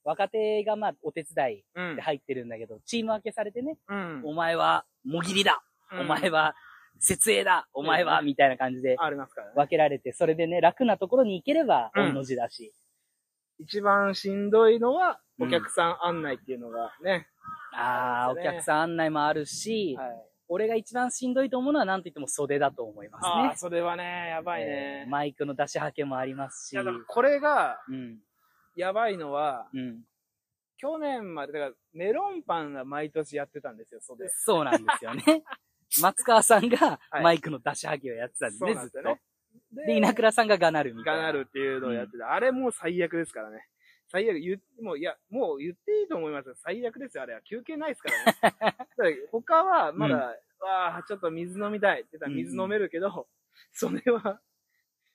[SPEAKER 2] 若手がまあ、お手伝
[SPEAKER 1] う
[SPEAKER 2] い
[SPEAKER 1] ん
[SPEAKER 2] で。入ってるんだけど、チーム分けされてね、
[SPEAKER 1] うん
[SPEAKER 2] お前は、もぎりだ、お前は、設営だお前は、
[SPEAKER 1] う
[SPEAKER 2] みたいな感じで
[SPEAKER 1] ありますからね。
[SPEAKER 2] 分けられて、それでね、楽なところに行ければ、
[SPEAKER 1] うん
[SPEAKER 2] 御の字だし。
[SPEAKER 1] 一番しんどいのは、
[SPEAKER 2] う
[SPEAKER 1] お
[SPEAKER 2] ん
[SPEAKER 1] 客さん案内っていうのがね。
[SPEAKER 2] ああ、
[SPEAKER 1] そう
[SPEAKER 2] お
[SPEAKER 1] ですね
[SPEAKER 2] 客さん案内もあるし、
[SPEAKER 1] はい。
[SPEAKER 2] 俺が一番しんどいと思うのは何と言っても袖だと思いますね。
[SPEAKER 1] ああ、それはね、やばい
[SPEAKER 2] え
[SPEAKER 1] ね
[SPEAKER 2] ー。マイクの出しはけもあります
[SPEAKER 1] い
[SPEAKER 2] し。
[SPEAKER 1] や
[SPEAKER 2] う
[SPEAKER 1] だから
[SPEAKER 2] ん。
[SPEAKER 1] これが、
[SPEAKER 2] う
[SPEAKER 1] やばいのは、
[SPEAKER 2] ん。
[SPEAKER 1] 去年まで、だから、メロンパンが毎年やってたんですよ、袖。
[SPEAKER 2] そうなんですよ ね。松川さんが
[SPEAKER 1] はい
[SPEAKER 2] マイクの出しはけをやってたんです
[SPEAKER 1] そう
[SPEAKER 2] ね、
[SPEAKER 1] なん
[SPEAKER 2] ず
[SPEAKER 1] で
[SPEAKER 2] っ
[SPEAKER 1] すよ
[SPEAKER 2] と
[SPEAKER 1] ね。。
[SPEAKER 2] で、稲倉さんががなるみたい
[SPEAKER 1] が
[SPEAKER 2] な。
[SPEAKER 1] なるっていうのをやってた。あれもう最悪ですからね。最悪、言っ、もう、いや、 もう言っていいと思いますよ。最悪ですよ、あれは。休憩ないですからね。だから他は、まだ、わあ、ちょっと水飲みたいって言ったら水飲めるけど、それは、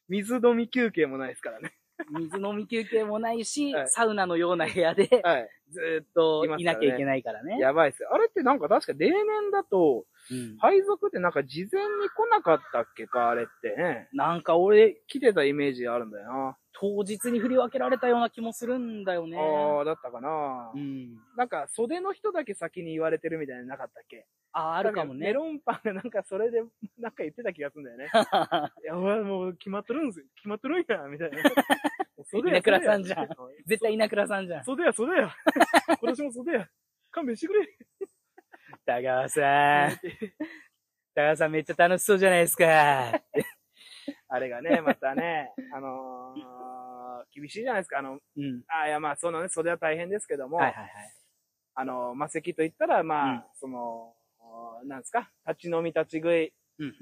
[SPEAKER 1] 水飲み休憩もないですからね。
[SPEAKER 2] 水飲み休憩もないし、
[SPEAKER 1] はい
[SPEAKER 2] サウナのような部屋で
[SPEAKER 1] はい。
[SPEAKER 2] ずーっと
[SPEAKER 1] います
[SPEAKER 2] い
[SPEAKER 1] から
[SPEAKER 2] な
[SPEAKER 1] ね
[SPEAKER 2] きゃいけないからね。
[SPEAKER 1] やばいっすよ。あれってなんか確か例年だと、
[SPEAKER 2] うん
[SPEAKER 1] 配属ってなんか事前に来なかったっけか、あれってね。
[SPEAKER 2] なんか俺、
[SPEAKER 1] 来てたイメージあるんだよな。
[SPEAKER 2] 当日に振り分けられたような気もするんだよね。
[SPEAKER 1] ああ、だったかな
[SPEAKER 2] う。ん。
[SPEAKER 1] なんか袖の人だけ先に言われてるみたいなのなかったっけ
[SPEAKER 2] ああ、あるかも
[SPEAKER 1] メ
[SPEAKER 2] ね。
[SPEAKER 1] ロンパンがなんかそれで、なんか言ってた気がするんだ よね。いや、俺はもう決まっとるんす決まっとるんや、みたい な。袖や
[SPEAKER 2] 稲倉さんじゃん。
[SPEAKER 1] 袖や
[SPEAKER 2] 絶対稲倉さんじゃん。
[SPEAKER 1] 袖や、袖や。今年も袖や。勘弁し てくれ。
[SPEAKER 2] 田川さん。田川さんめっちゃ楽しそうじゃないですか。
[SPEAKER 1] あれがね、またね、あのー、厳しいじゃないですか。あの、
[SPEAKER 2] うん。
[SPEAKER 1] あいや、まあ、そうなのね、袖は大変ですけども、
[SPEAKER 2] はいはいはい。
[SPEAKER 1] あの、魔石といったら、まあ、
[SPEAKER 2] うん
[SPEAKER 1] その、おなんですか、立ち飲み、立ち食い、
[SPEAKER 2] うん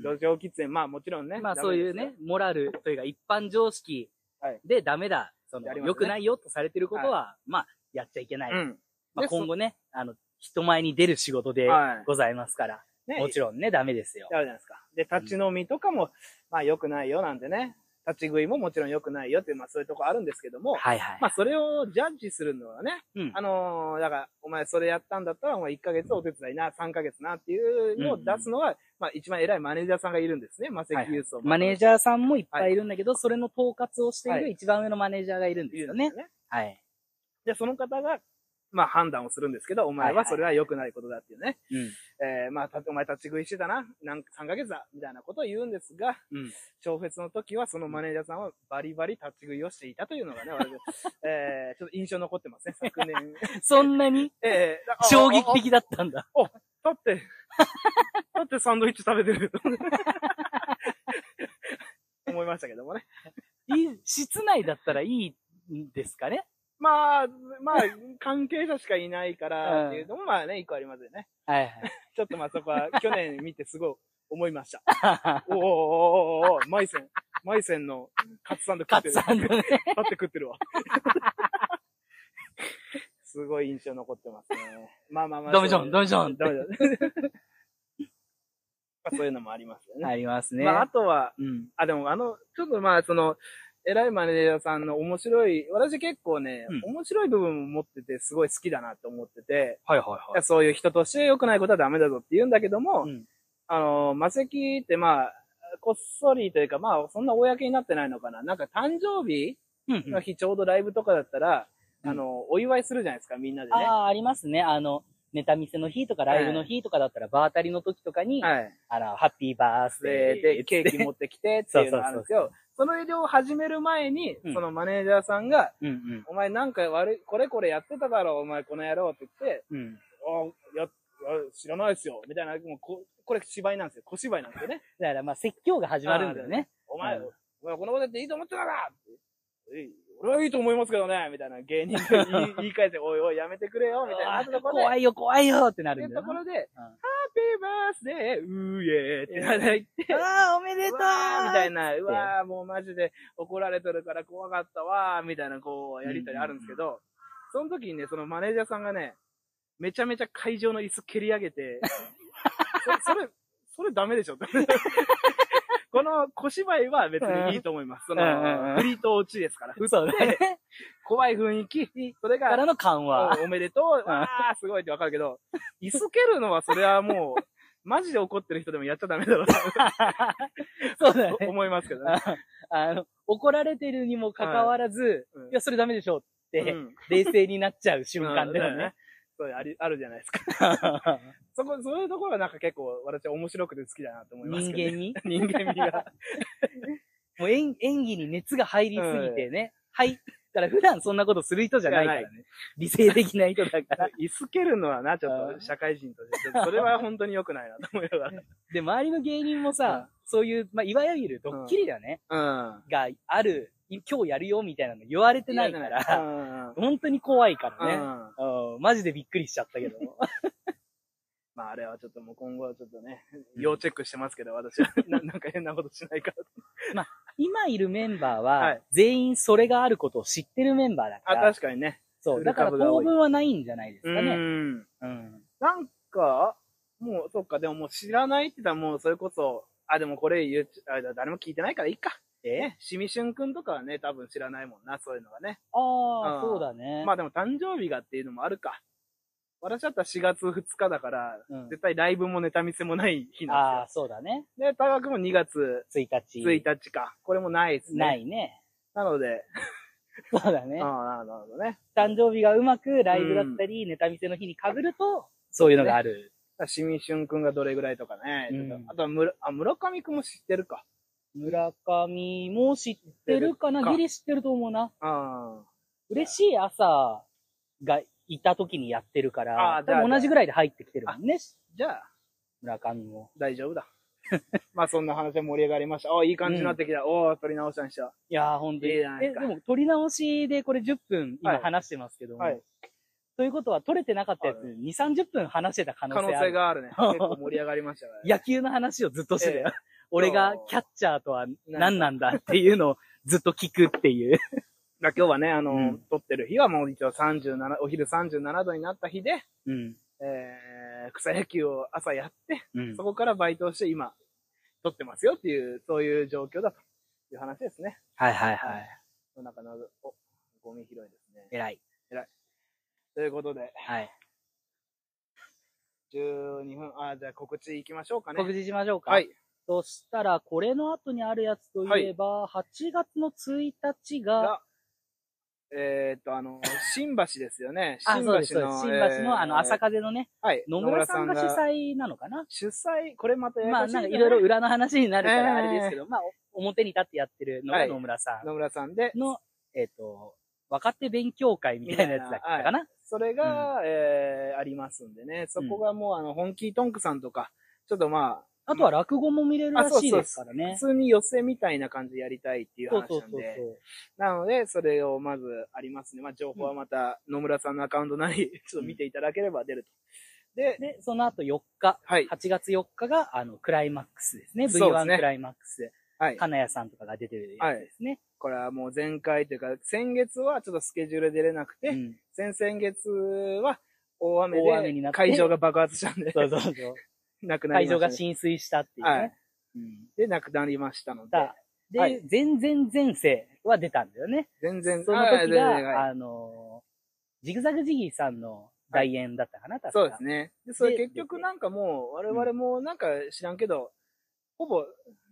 [SPEAKER 1] 路上喫煙、まあ、もちろんね。
[SPEAKER 2] まあ
[SPEAKER 1] ダメ
[SPEAKER 2] そうい
[SPEAKER 1] で
[SPEAKER 2] う
[SPEAKER 1] すよ
[SPEAKER 2] ね、、モラルというか一般常識
[SPEAKER 1] はい
[SPEAKER 2] でダメだ、その
[SPEAKER 1] やりますね
[SPEAKER 2] 良くないよとされてることは、まあやっちゃいけない。
[SPEAKER 1] うん。
[SPEAKER 2] まあ
[SPEAKER 1] でそ
[SPEAKER 2] 今後ね、あの、人前に出る仕事で
[SPEAKER 1] はい
[SPEAKER 2] ございますから、
[SPEAKER 1] ね、
[SPEAKER 2] もちろんね、ダメですよ。
[SPEAKER 1] あるじゃないですか。で、立ち飲みとかも、まあ良くないよなんてね。立ち食いももちろん良くないよっていう、まあそういうとこあるんですけども、
[SPEAKER 2] はいはい。
[SPEAKER 1] まあそれをジャッジするのはね、
[SPEAKER 2] うん
[SPEAKER 1] あのーだから、お前それやったんだったら、お前1ヶ月お手伝いな、3ヶ月なっていうのを出すのは、まあ一番偉いマネージャーさんがいるんですね、マセキユースを。
[SPEAKER 2] マネージャーさんもいっぱいいるんだけど、それの統括をしてい
[SPEAKER 1] は
[SPEAKER 2] る一番上のマネージャーがいるん
[SPEAKER 1] い
[SPEAKER 2] です
[SPEAKER 1] る
[SPEAKER 2] よ
[SPEAKER 1] んです
[SPEAKER 2] ね。
[SPEAKER 1] よね。
[SPEAKER 2] はい。
[SPEAKER 1] で、その方が、まあ判断をするんですけど、お前はそれは良くないことだっていうね。
[SPEAKER 2] うん。
[SPEAKER 1] えーまあ、たお前立ち食いしてたな、なん3ヶ月だ、みたいなことを言うんですが、
[SPEAKER 2] うん
[SPEAKER 1] 小説の時はそのマネージャーさんはバリバリ立ち食いをしていたというのが ね、私、えーちょっと印象に残ってますね、昨年。
[SPEAKER 2] そんなに
[SPEAKER 1] えーだあ
[SPEAKER 2] 衝撃的だったんだ。
[SPEAKER 1] あだって、 だってサンドイッチ食べてる。思いましたけどもね。
[SPEAKER 2] いい室内だったらいいんですかね
[SPEAKER 1] まあ、まあ、関係者しかいないから、っていうのも、まあね、一個ありますよね。
[SPEAKER 2] はいはい。
[SPEAKER 1] ちょっとまあそこは 去年見てすごい思いました。おーおーおーおーマイセン、マイセンのカツサンド食
[SPEAKER 2] カ
[SPEAKER 1] って
[SPEAKER 2] ツ
[SPEAKER 1] る。
[SPEAKER 2] さんのね。
[SPEAKER 1] 立って食って るわ。すごい印象残ってますね。まあまあまあ。
[SPEAKER 2] ダメじゃん、ダメじゃん。
[SPEAKER 1] ダメじゃん。 まあそういうのもありますよね。
[SPEAKER 2] ありますね。
[SPEAKER 1] まああとは、
[SPEAKER 2] うん。
[SPEAKER 1] あ、でもあの、ちょっとまあその、偉いマネージャーさんの面白い、私結構ね、
[SPEAKER 2] う
[SPEAKER 1] 面白い部分も持ってて、すごい好きだなと思ってて、
[SPEAKER 2] はいはい
[SPEAKER 1] いやそういう人として良くないことはダメだぞって言うんだけども、
[SPEAKER 2] うん
[SPEAKER 1] あの、マセキってまあ、こっそりというか、まあ、そんな公になってないのかな。なんか誕生日
[SPEAKER 2] はい。うん
[SPEAKER 1] の日ちょうどライブとかだったら、
[SPEAKER 2] うん
[SPEAKER 1] あの、お祝いするじゃないですか、みんなでね。
[SPEAKER 2] ああ、ありますね。あの、ネタ見せの日とかライブの日とかだったら、バータリの時とかに、
[SPEAKER 1] はい。
[SPEAKER 2] あの、ハッピーバースデー
[SPEAKER 1] で、で、ケーキ持ってきてっていうのがあるんですけど、その営業を始める前に、
[SPEAKER 2] うん
[SPEAKER 1] そのマネージャーさんが、
[SPEAKER 2] うんうん。
[SPEAKER 1] お前なんか悪い、これこれやってただろう、お前この野郎って言って、
[SPEAKER 2] うん。
[SPEAKER 1] あや、や知らないですよ、みたいな、もうこ、これ芝居なんですよ、小芝居なんですよね。
[SPEAKER 2] だから、まあ、説教が始まるんだよね。
[SPEAKER 1] お前、
[SPEAKER 2] うん
[SPEAKER 1] お前このことやっていいと思ってたかってえい俺はいいと思いますけどねみたいな芸人が言 い言い返して、おいおいやめてくれよみたいなところで、
[SPEAKER 2] 怖いよ、怖いよってな
[SPEAKER 1] って
[SPEAKER 2] るんだ
[SPEAKER 1] と
[SPEAKER 2] よ
[SPEAKER 1] こ
[SPEAKER 2] な。
[SPEAKER 1] ろで、
[SPEAKER 2] うん
[SPEAKER 1] ハッピーバースデー、うーえーってなって、
[SPEAKER 2] ああ、おめで
[SPEAKER 1] う
[SPEAKER 2] とう
[SPEAKER 1] わーみたいな、うわーもうマジで怒られてるから怖かったわーみたいなこうやりとりあるんですけど、その時にね、そのマネージャーさんがね、めちゃめちゃ会場の椅子蹴り上 げて、そそれ、それダメでしょこの小芝居は別にいいと思います。そ
[SPEAKER 2] うんうんう
[SPEAKER 1] の、
[SPEAKER 2] ん
[SPEAKER 1] フリート落ちですから。
[SPEAKER 2] 嘘だね。
[SPEAKER 1] 怖い雰囲気、それ
[SPEAKER 2] から
[SPEAKER 1] が、
[SPEAKER 2] の緩和。
[SPEAKER 1] おおめでとう、わー、すごいってわかるけど、椅子蹴るのはそれはもう、マジで怒ってる人でもやっちゃダメだろ う
[SPEAKER 2] そうだ
[SPEAKER 1] と
[SPEAKER 2] ね。
[SPEAKER 1] 思いますけどね。
[SPEAKER 2] ああの、怒られてるにもかかわらず、
[SPEAKER 1] うん
[SPEAKER 2] いや、それダメでしょっ
[SPEAKER 1] う
[SPEAKER 2] て、
[SPEAKER 1] ん
[SPEAKER 2] 冷静になっちゃう瞬間だよね。。
[SPEAKER 1] そう、あり、あるじゃないですか。そこ、そういうところはなんか結構、私は面白くて好きだなと思います
[SPEAKER 2] 人
[SPEAKER 1] けど、
[SPEAKER 2] 間に。
[SPEAKER 1] 人間。人間味が。
[SPEAKER 2] もう演演技に熱が入りすぎてね。はい。だから普段そんなことする人じゃないからね。理性的な人だから。
[SPEAKER 1] 居つけるのはな、ちょっ
[SPEAKER 2] う
[SPEAKER 1] と
[SPEAKER 2] ん
[SPEAKER 1] 社会人として、ちょっとそれは本当に良くないなと思いなが
[SPEAKER 2] で、周りの芸人もさ、そういう、まあ、いわゆるドッキリだね。
[SPEAKER 1] ら。うん。
[SPEAKER 2] がある、今日やるよみたいなの言われてないから、
[SPEAKER 1] ら。
[SPEAKER 2] 本当に怖いから
[SPEAKER 1] う
[SPEAKER 2] ね。
[SPEAKER 1] ん。
[SPEAKER 2] うんマジでびっくりしちゃったけど。
[SPEAKER 1] まあ、あれはちょっともう今後はちょっとね、要チェックしてますけど、私は。ななんか変なことしないか ら。
[SPEAKER 2] 今いるメンバー
[SPEAKER 1] は、
[SPEAKER 2] はい全員それがあることを知ってるメンバーだか
[SPEAKER 1] あ、
[SPEAKER 2] ら、
[SPEAKER 1] 確かにね。
[SPEAKER 2] そう、だから
[SPEAKER 1] 古株が多
[SPEAKER 2] 当
[SPEAKER 1] い
[SPEAKER 2] 分はないんじゃないです
[SPEAKER 1] う
[SPEAKER 2] かね。
[SPEAKER 1] ん。
[SPEAKER 2] うん。
[SPEAKER 1] なんか、もう、そっか、でももう知らないって言ったらもうそれこそ、あ、でもこれ言っちゃあ誰も聞いてないからいいか。
[SPEAKER 2] ええ
[SPEAKER 1] ね、しみしゅんくんとかはね、多分知らないもんな、そういうのがね。
[SPEAKER 2] ああ、
[SPEAKER 1] うん
[SPEAKER 2] そうだね。
[SPEAKER 1] まあでも誕生日がっていうのもあるか。私だったら4月2日だから、
[SPEAKER 2] うん
[SPEAKER 1] 絶対ライブもネタ見せもない日
[SPEAKER 2] あ
[SPEAKER 1] なん
[SPEAKER 2] あ、そうだね。
[SPEAKER 1] ですよ。で、大学も2月
[SPEAKER 2] 1日。
[SPEAKER 1] 1日か。これもないですね。
[SPEAKER 2] ない ね。
[SPEAKER 1] なので、
[SPEAKER 2] そうだ
[SPEAKER 1] あ
[SPEAKER 2] ね。
[SPEAKER 1] あ、なるほどね。
[SPEAKER 2] 誕生日がうまくライブだったり、ネタ見せの日に被ると、そういうのがある。
[SPEAKER 1] しみしゅんくんがどれぐらいとかね。
[SPEAKER 2] うん
[SPEAKER 1] ちょっとあとは村、あ、村上くんも知ってるか。
[SPEAKER 2] 村上も知ってるかな
[SPEAKER 1] 知ってるか
[SPEAKER 2] ギリ知ってると思うな。
[SPEAKER 1] あ
[SPEAKER 2] 嬉しい朝がいた時にやってるか
[SPEAKER 1] あ
[SPEAKER 2] ら
[SPEAKER 1] ー、
[SPEAKER 2] 多
[SPEAKER 1] だ
[SPEAKER 2] 分同じぐらいで入ってきてるもんね、
[SPEAKER 1] じゃあ、
[SPEAKER 2] 村上も。
[SPEAKER 1] 大丈夫だ。 まあそんな話で盛り上がりました。ああ、いい感じになってきた。おお、取り直したにした。
[SPEAKER 2] いやー、ほんとに。
[SPEAKER 1] いい
[SPEAKER 2] え
[SPEAKER 1] じゃないです
[SPEAKER 2] で
[SPEAKER 1] か
[SPEAKER 2] も、取り直しでこれ10分今
[SPEAKER 1] はい
[SPEAKER 2] 話してますけども、
[SPEAKER 1] はい
[SPEAKER 2] ということは取れてなかったやつ、
[SPEAKER 1] は
[SPEAKER 2] 2、30分話してた可能
[SPEAKER 1] 可能
[SPEAKER 2] 性あ
[SPEAKER 1] 性
[SPEAKER 2] る。
[SPEAKER 1] が あるね。結構盛り上がりましたね。
[SPEAKER 2] 野球の話をずっとしてたよ。
[SPEAKER 1] ええ
[SPEAKER 2] 俺がキャッチャーとは何なんだっていうのをずっと聞くっていう。
[SPEAKER 1] だから今日はね、あの、
[SPEAKER 2] うん
[SPEAKER 1] 撮ってる日はもう一応37、お昼37度になった日で、
[SPEAKER 2] うん。
[SPEAKER 1] えー、草野球を朝やって、
[SPEAKER 2] うん
[SPEAKER 1] そ。こからバイトをして今、撮ってますよっていう、そういう状況だという話ですね。
[SPEAKER 2] はいはいはい。
[SPEAKER 1] の中の、お、ゴミ拾いですね。
[SPEAKER 2] 偉い。
[SPEAKER 1] ということで、
[SPEAKER 2] はい。
[SPEAKER 1] 12分、あ、じゃあ告知行きましょうかね。
[SPEAKER 2] 告知しましょうか。
[SPEAKER 1] はい。
[SPEAKER 2] そしたら、これの後にあるやつといえば、8月の1日が、
[SPEAKER 1] が、えーっと、あの、新橋ですよね。
[SPEAKER 2] あ、
[SPEAKER 1] 新
[SPEAKER 2] そうです、
[SPEAKER 1] 橋
[SPEAKER 2] そうで
[SPEAKER 1] の
[SPEAKER 2] す。、新橋の、あの、朝
[SPEAKER 1] か、
[SPEAKER 2] 風のね、
[SPEAKER 1] はい、
[SPEAKER 2] 野村さんが主催なのかな
[SPEAKER 1] 主催、これまたやや
[SPEAKER 2] まあ、
[SPEAKER 1] こしい
[SPEAKER 2] なんかい
[SPEAKER 1] んだね
[SPEAKER 2] ろいろ裏の話になるか
[SPEAKER 1] え
[SPEAKER 2] ら
[SPEAKER 1] え
[SPEAKER 2] あれですけど、まあ、お表に立ってやってるの
[SPEAKER 1] は
[SPEAKER 2] が
[SPEAKER 1] い
[SPEAKER 2] 野村さ
[SPEAKER 1] 野村さんで
[SPEAKER 2] ん、の、えっと、若手勉強会みたいなやつだったかな
[SPEAKER 1] それが、えーありますんでね。そこがもう、あの、本気トンクさんとか、ちょっとま
[SPEAKER 2] あとは落語も見れるらしいですから
[SPEAKER 1] あ、
[SPEAKER 2] ね。
[SPEAKER 1] 普通に寄せみたいな感じでやりたいっていう
[SPEAKER 2] そう
[SPEAKER 1] 話
[SPEAKER 2] そう
[SPEAKER 1] なん
[SPEAKER 2] そう
[SPEAKER 1] で。
[SPEAKER 2] そう。
[SPEAKER 1] なので、それをまずありますね。まあ、情報はまた、野村さんのアカウントなり、 ちょっと見ていただければ出ると。で、
[SPEAKER 2] で、その後4日、
[SPEAKER 1] はい。
[SPEAKER 2] 8月4日が、あの、クライマックスですね。
[SPEAKER 1] そうです
[SPEAKER 2] V1
[SPEAKER 1] ね
[SPEAKER 2] クライマックス。
[SPEAKER 1] はい。
[SPEAKER 2] 金谷さんとかが出てるやつですね。
[SPEAKER 1] これはもう前回というか、先月はちょっとスケジュール出れなくて、
[SPEAKER 2] うん
[SPEAKER 1] 先々月は大雨
[SPEAKER 2] 大雨にな
[SPEAKER 1] で
[SPEAKER 2] って
[SPEAKER 1] 会場が爆発したんで、
[SPEAKER 2] そうそうそう。
[SPEAKER 1] なくな
[SPEAKER 2] 会
[SPEAKER 1] りましたね、
[SPEAKER 2] 場が浸水したっていうね。
[SPEAKER 1] はい
[SPEAKER 2] うん
[SPEAKER 1] で、なくなりましたので、
[SPEAKER 2] だで、
[SPEAKER 1] はい
[SPEAKER 2] 前々前世は出たんだよね。
[SPEAKER 1] 全然、
[SPEAKER 2] その
[SPEAKER 1] あー
[SPEAKER 2] 時
[SPEAKER 1] 全然はい
[SPEAKER 2] が、あのー、ジグザグジギーさんの代演だったかな、確か
[SPEAKER 1] そうですね。で、それ結局
[SPEAKER 2] で
[SPEAKER 1] なんかもう、我々もなんか知らんけど、ほぼ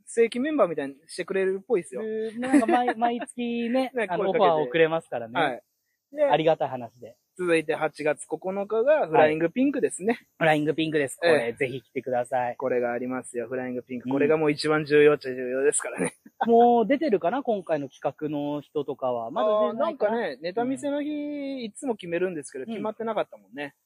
[SPEAKER 1] 正規メンバーみたいにしてくれるっぽいですよ。
[SPEAKER 2] うんなんか毎 毎月ね、
[SPEAKER 1] ね
[SPEAKER 2] あの
[SPEAKER 1] 声
[SPEAKER 2] オ
[SPEAKER 1] かけ
[SPEAKER 2] フ
[SPEAKER 1] て
[SPEAKER 2] ァーをくれますからね。
[SPEAKER 1] はい。
[SPEAKER 2] あ
[SPEAKER 1] で、
[SPEAKER 2] りがたい話で。
[SPEAKER 1] 続いて8月9日がフライングピンクですね。
[SPEAKER 2] フライングピンクです。こ
[SPEAKER 1] え
[SPEAKER 2] れ、ぜひ来てください。
[SPEAKER 1] これがありますよ、フライングピンク。
[SPEAKER 2] うん
[SPEAKER 1] これがもう一番重要っちゃ重要ですからね。
[SPEAKER 2] もう出てるかな今回の企画の人とかは。まだ
[SPEAKER 1] あ
[SPEAKER 2] 出
[SPEAKER 1] ー
[SPEAKER 2] て
[SPEAKER 1] な
[SPEAKER 2] なんい
[SPEAKER 1] か
[SPEAKER 2] かな。
[SPEAKER 1] ね、ネタ見せの日、いつも決めるんですけど、
[SPEAKER 2] ん
[SPEAKER 1] 決まってなかったもんね。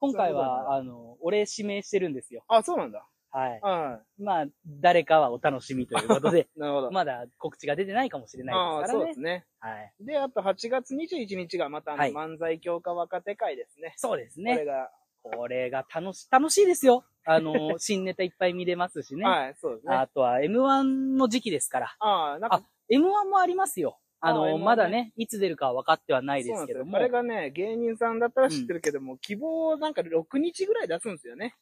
[SPEAKER 2] 今回
[SPEAKER 1] そういうことだ
[SPEAKER 2] は、あの、お礼指名してるんですよ。
[SPEAKER 1] あ、そうなんだ。
[SPEAKER 2] はい。
[SPEAKER 1] は
[SPEAKER 2] まあ、誰かはお楽しみということ で、
[SPEAKER 1] い。なるほど。
[SPEAKER 2] まだ告知が出てないかもしれない
[SPEAKER 1] あ
[SPEAKER 2] です
[SPEAKER 1] あー、
[SPEAKER 2] から
[SPEAKER 1] そうで
[SPEAKER 2] ね
[SPEAKER 1] す。ね。
[SPEAKER 2] はい。
[SPEAKER 1] で、あと8月21日がまたあの
[SPEAKER 2] はい
[SPEAKER 1] 漫才強化若手会ですね。
[SPEAKER 2] そうです
[SPEAKER 1] これ
[SPEAKER 2] ね。
[SPEAKER 1] が、
[SPEAKER 2] これが楽し、楽しいですよ。あ の、新ネタいっぱい見れますしね。
[SPEAKER 1] はい、そうですね。
[SPEAKER 2] あとは M1 の時期ですから。
[SPEAKER 1] ああ、なんか、
[SPEAKER 2] M1 もありますよ。あ
[SPEAKER 1] あ
[SPEAKER 2] の、
[SPEAKER 1] M1 ね
[SPEAKER 2] まだね、いつ出るかは分かってはないですけど
[SPEAKER 1] そう
[SPEAKER 2] も
[SPEAKER 1] なんですよこれ。がね、芸人さんだったら知ってるけども、希望をなんか6日ぐらい出すんですよね。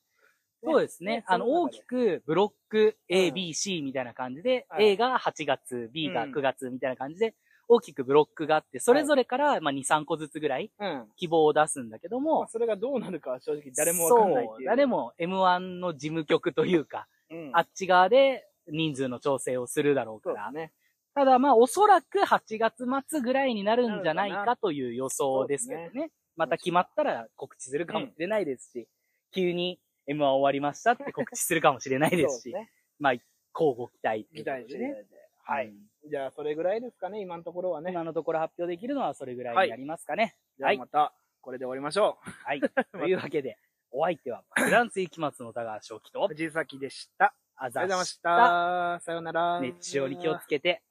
[SPEAKER 2] そうですね。あの、大き
[SPEAKER 1] く。
[SPEAKER 2] くブロック
[SPEAKER 1] うん
[SPEAKER 2] A、B、C みたいな感じで、
[SPEAKER 1] はい
[SPEAKER 2] A が8月、B が
[SPEAKER 1] うん
[SPEAKER 2] 9月みたいな感じで、大きくブロックがあって、それぞれから、まあ、2、3個ずつぐらい
[SPEAKER 1] うん。
[SPEAKER 2] 希望を出すんだけど
[SPEAKER 1] まあ、
[SPEAKER 2] も、
[SPEAKER 1] それがどうなるかは正直誰もわかんないって
[SPEAKER 2] そ
[SPEAKER 1] いうう。
[SPEAKER 2] 誰、も M1 の事務局というか、
[SPEAKER 1] うん、
[SPEAKER 2] あっち側で人数の調整をするだろうか
[SPEAKER 1] そうで
[SPEAKER 2] ら
[SPEAKER 1] す。ね。
[SPEAKER 2] ただまあ、おそらく8月末ぐらいになるんじゃない
[SPEAKER 1] なるか
[SPEAKER 2] かという予想ですけど
[SPEAKER 1] そう
[SPEAKER 2] ね
[SPEAKER 1] で。
[SPEAKER 2] また決まったら告知するかもしれないですし、急に M は終わりましたって告知するかもしれないです
[SPEAKER 1] そう
[SPEAKER 2] し、
[SPEAKER 1] でね。
[SPEAKER 2] 交互期待とい
[SPEAKER 1] 期
[SPEAKER 2] うことで
[SPEAKER 1] 待していただいて。はい。じゃあ、それぐらいですかね、今のところはね。
[SPEAKER 2] 今のところ発表できるのはそれぐらいになりますかね。
[SPEAKER 1] じゃあ、また、これで終わりましょ
[SPEAKER 2] はい。というわけで、お相手は、フランス期末の田川正樹と
[SPEAKER 1] う。、藤崎でした。
[SPEAKER 2] あ
[SPEAKER 1] ありがとうございまし。
[SPEAKER 2] ざした
[SPEAKER 1] さようなら。
[SPEAKER 2] 熱中症に気をつけて、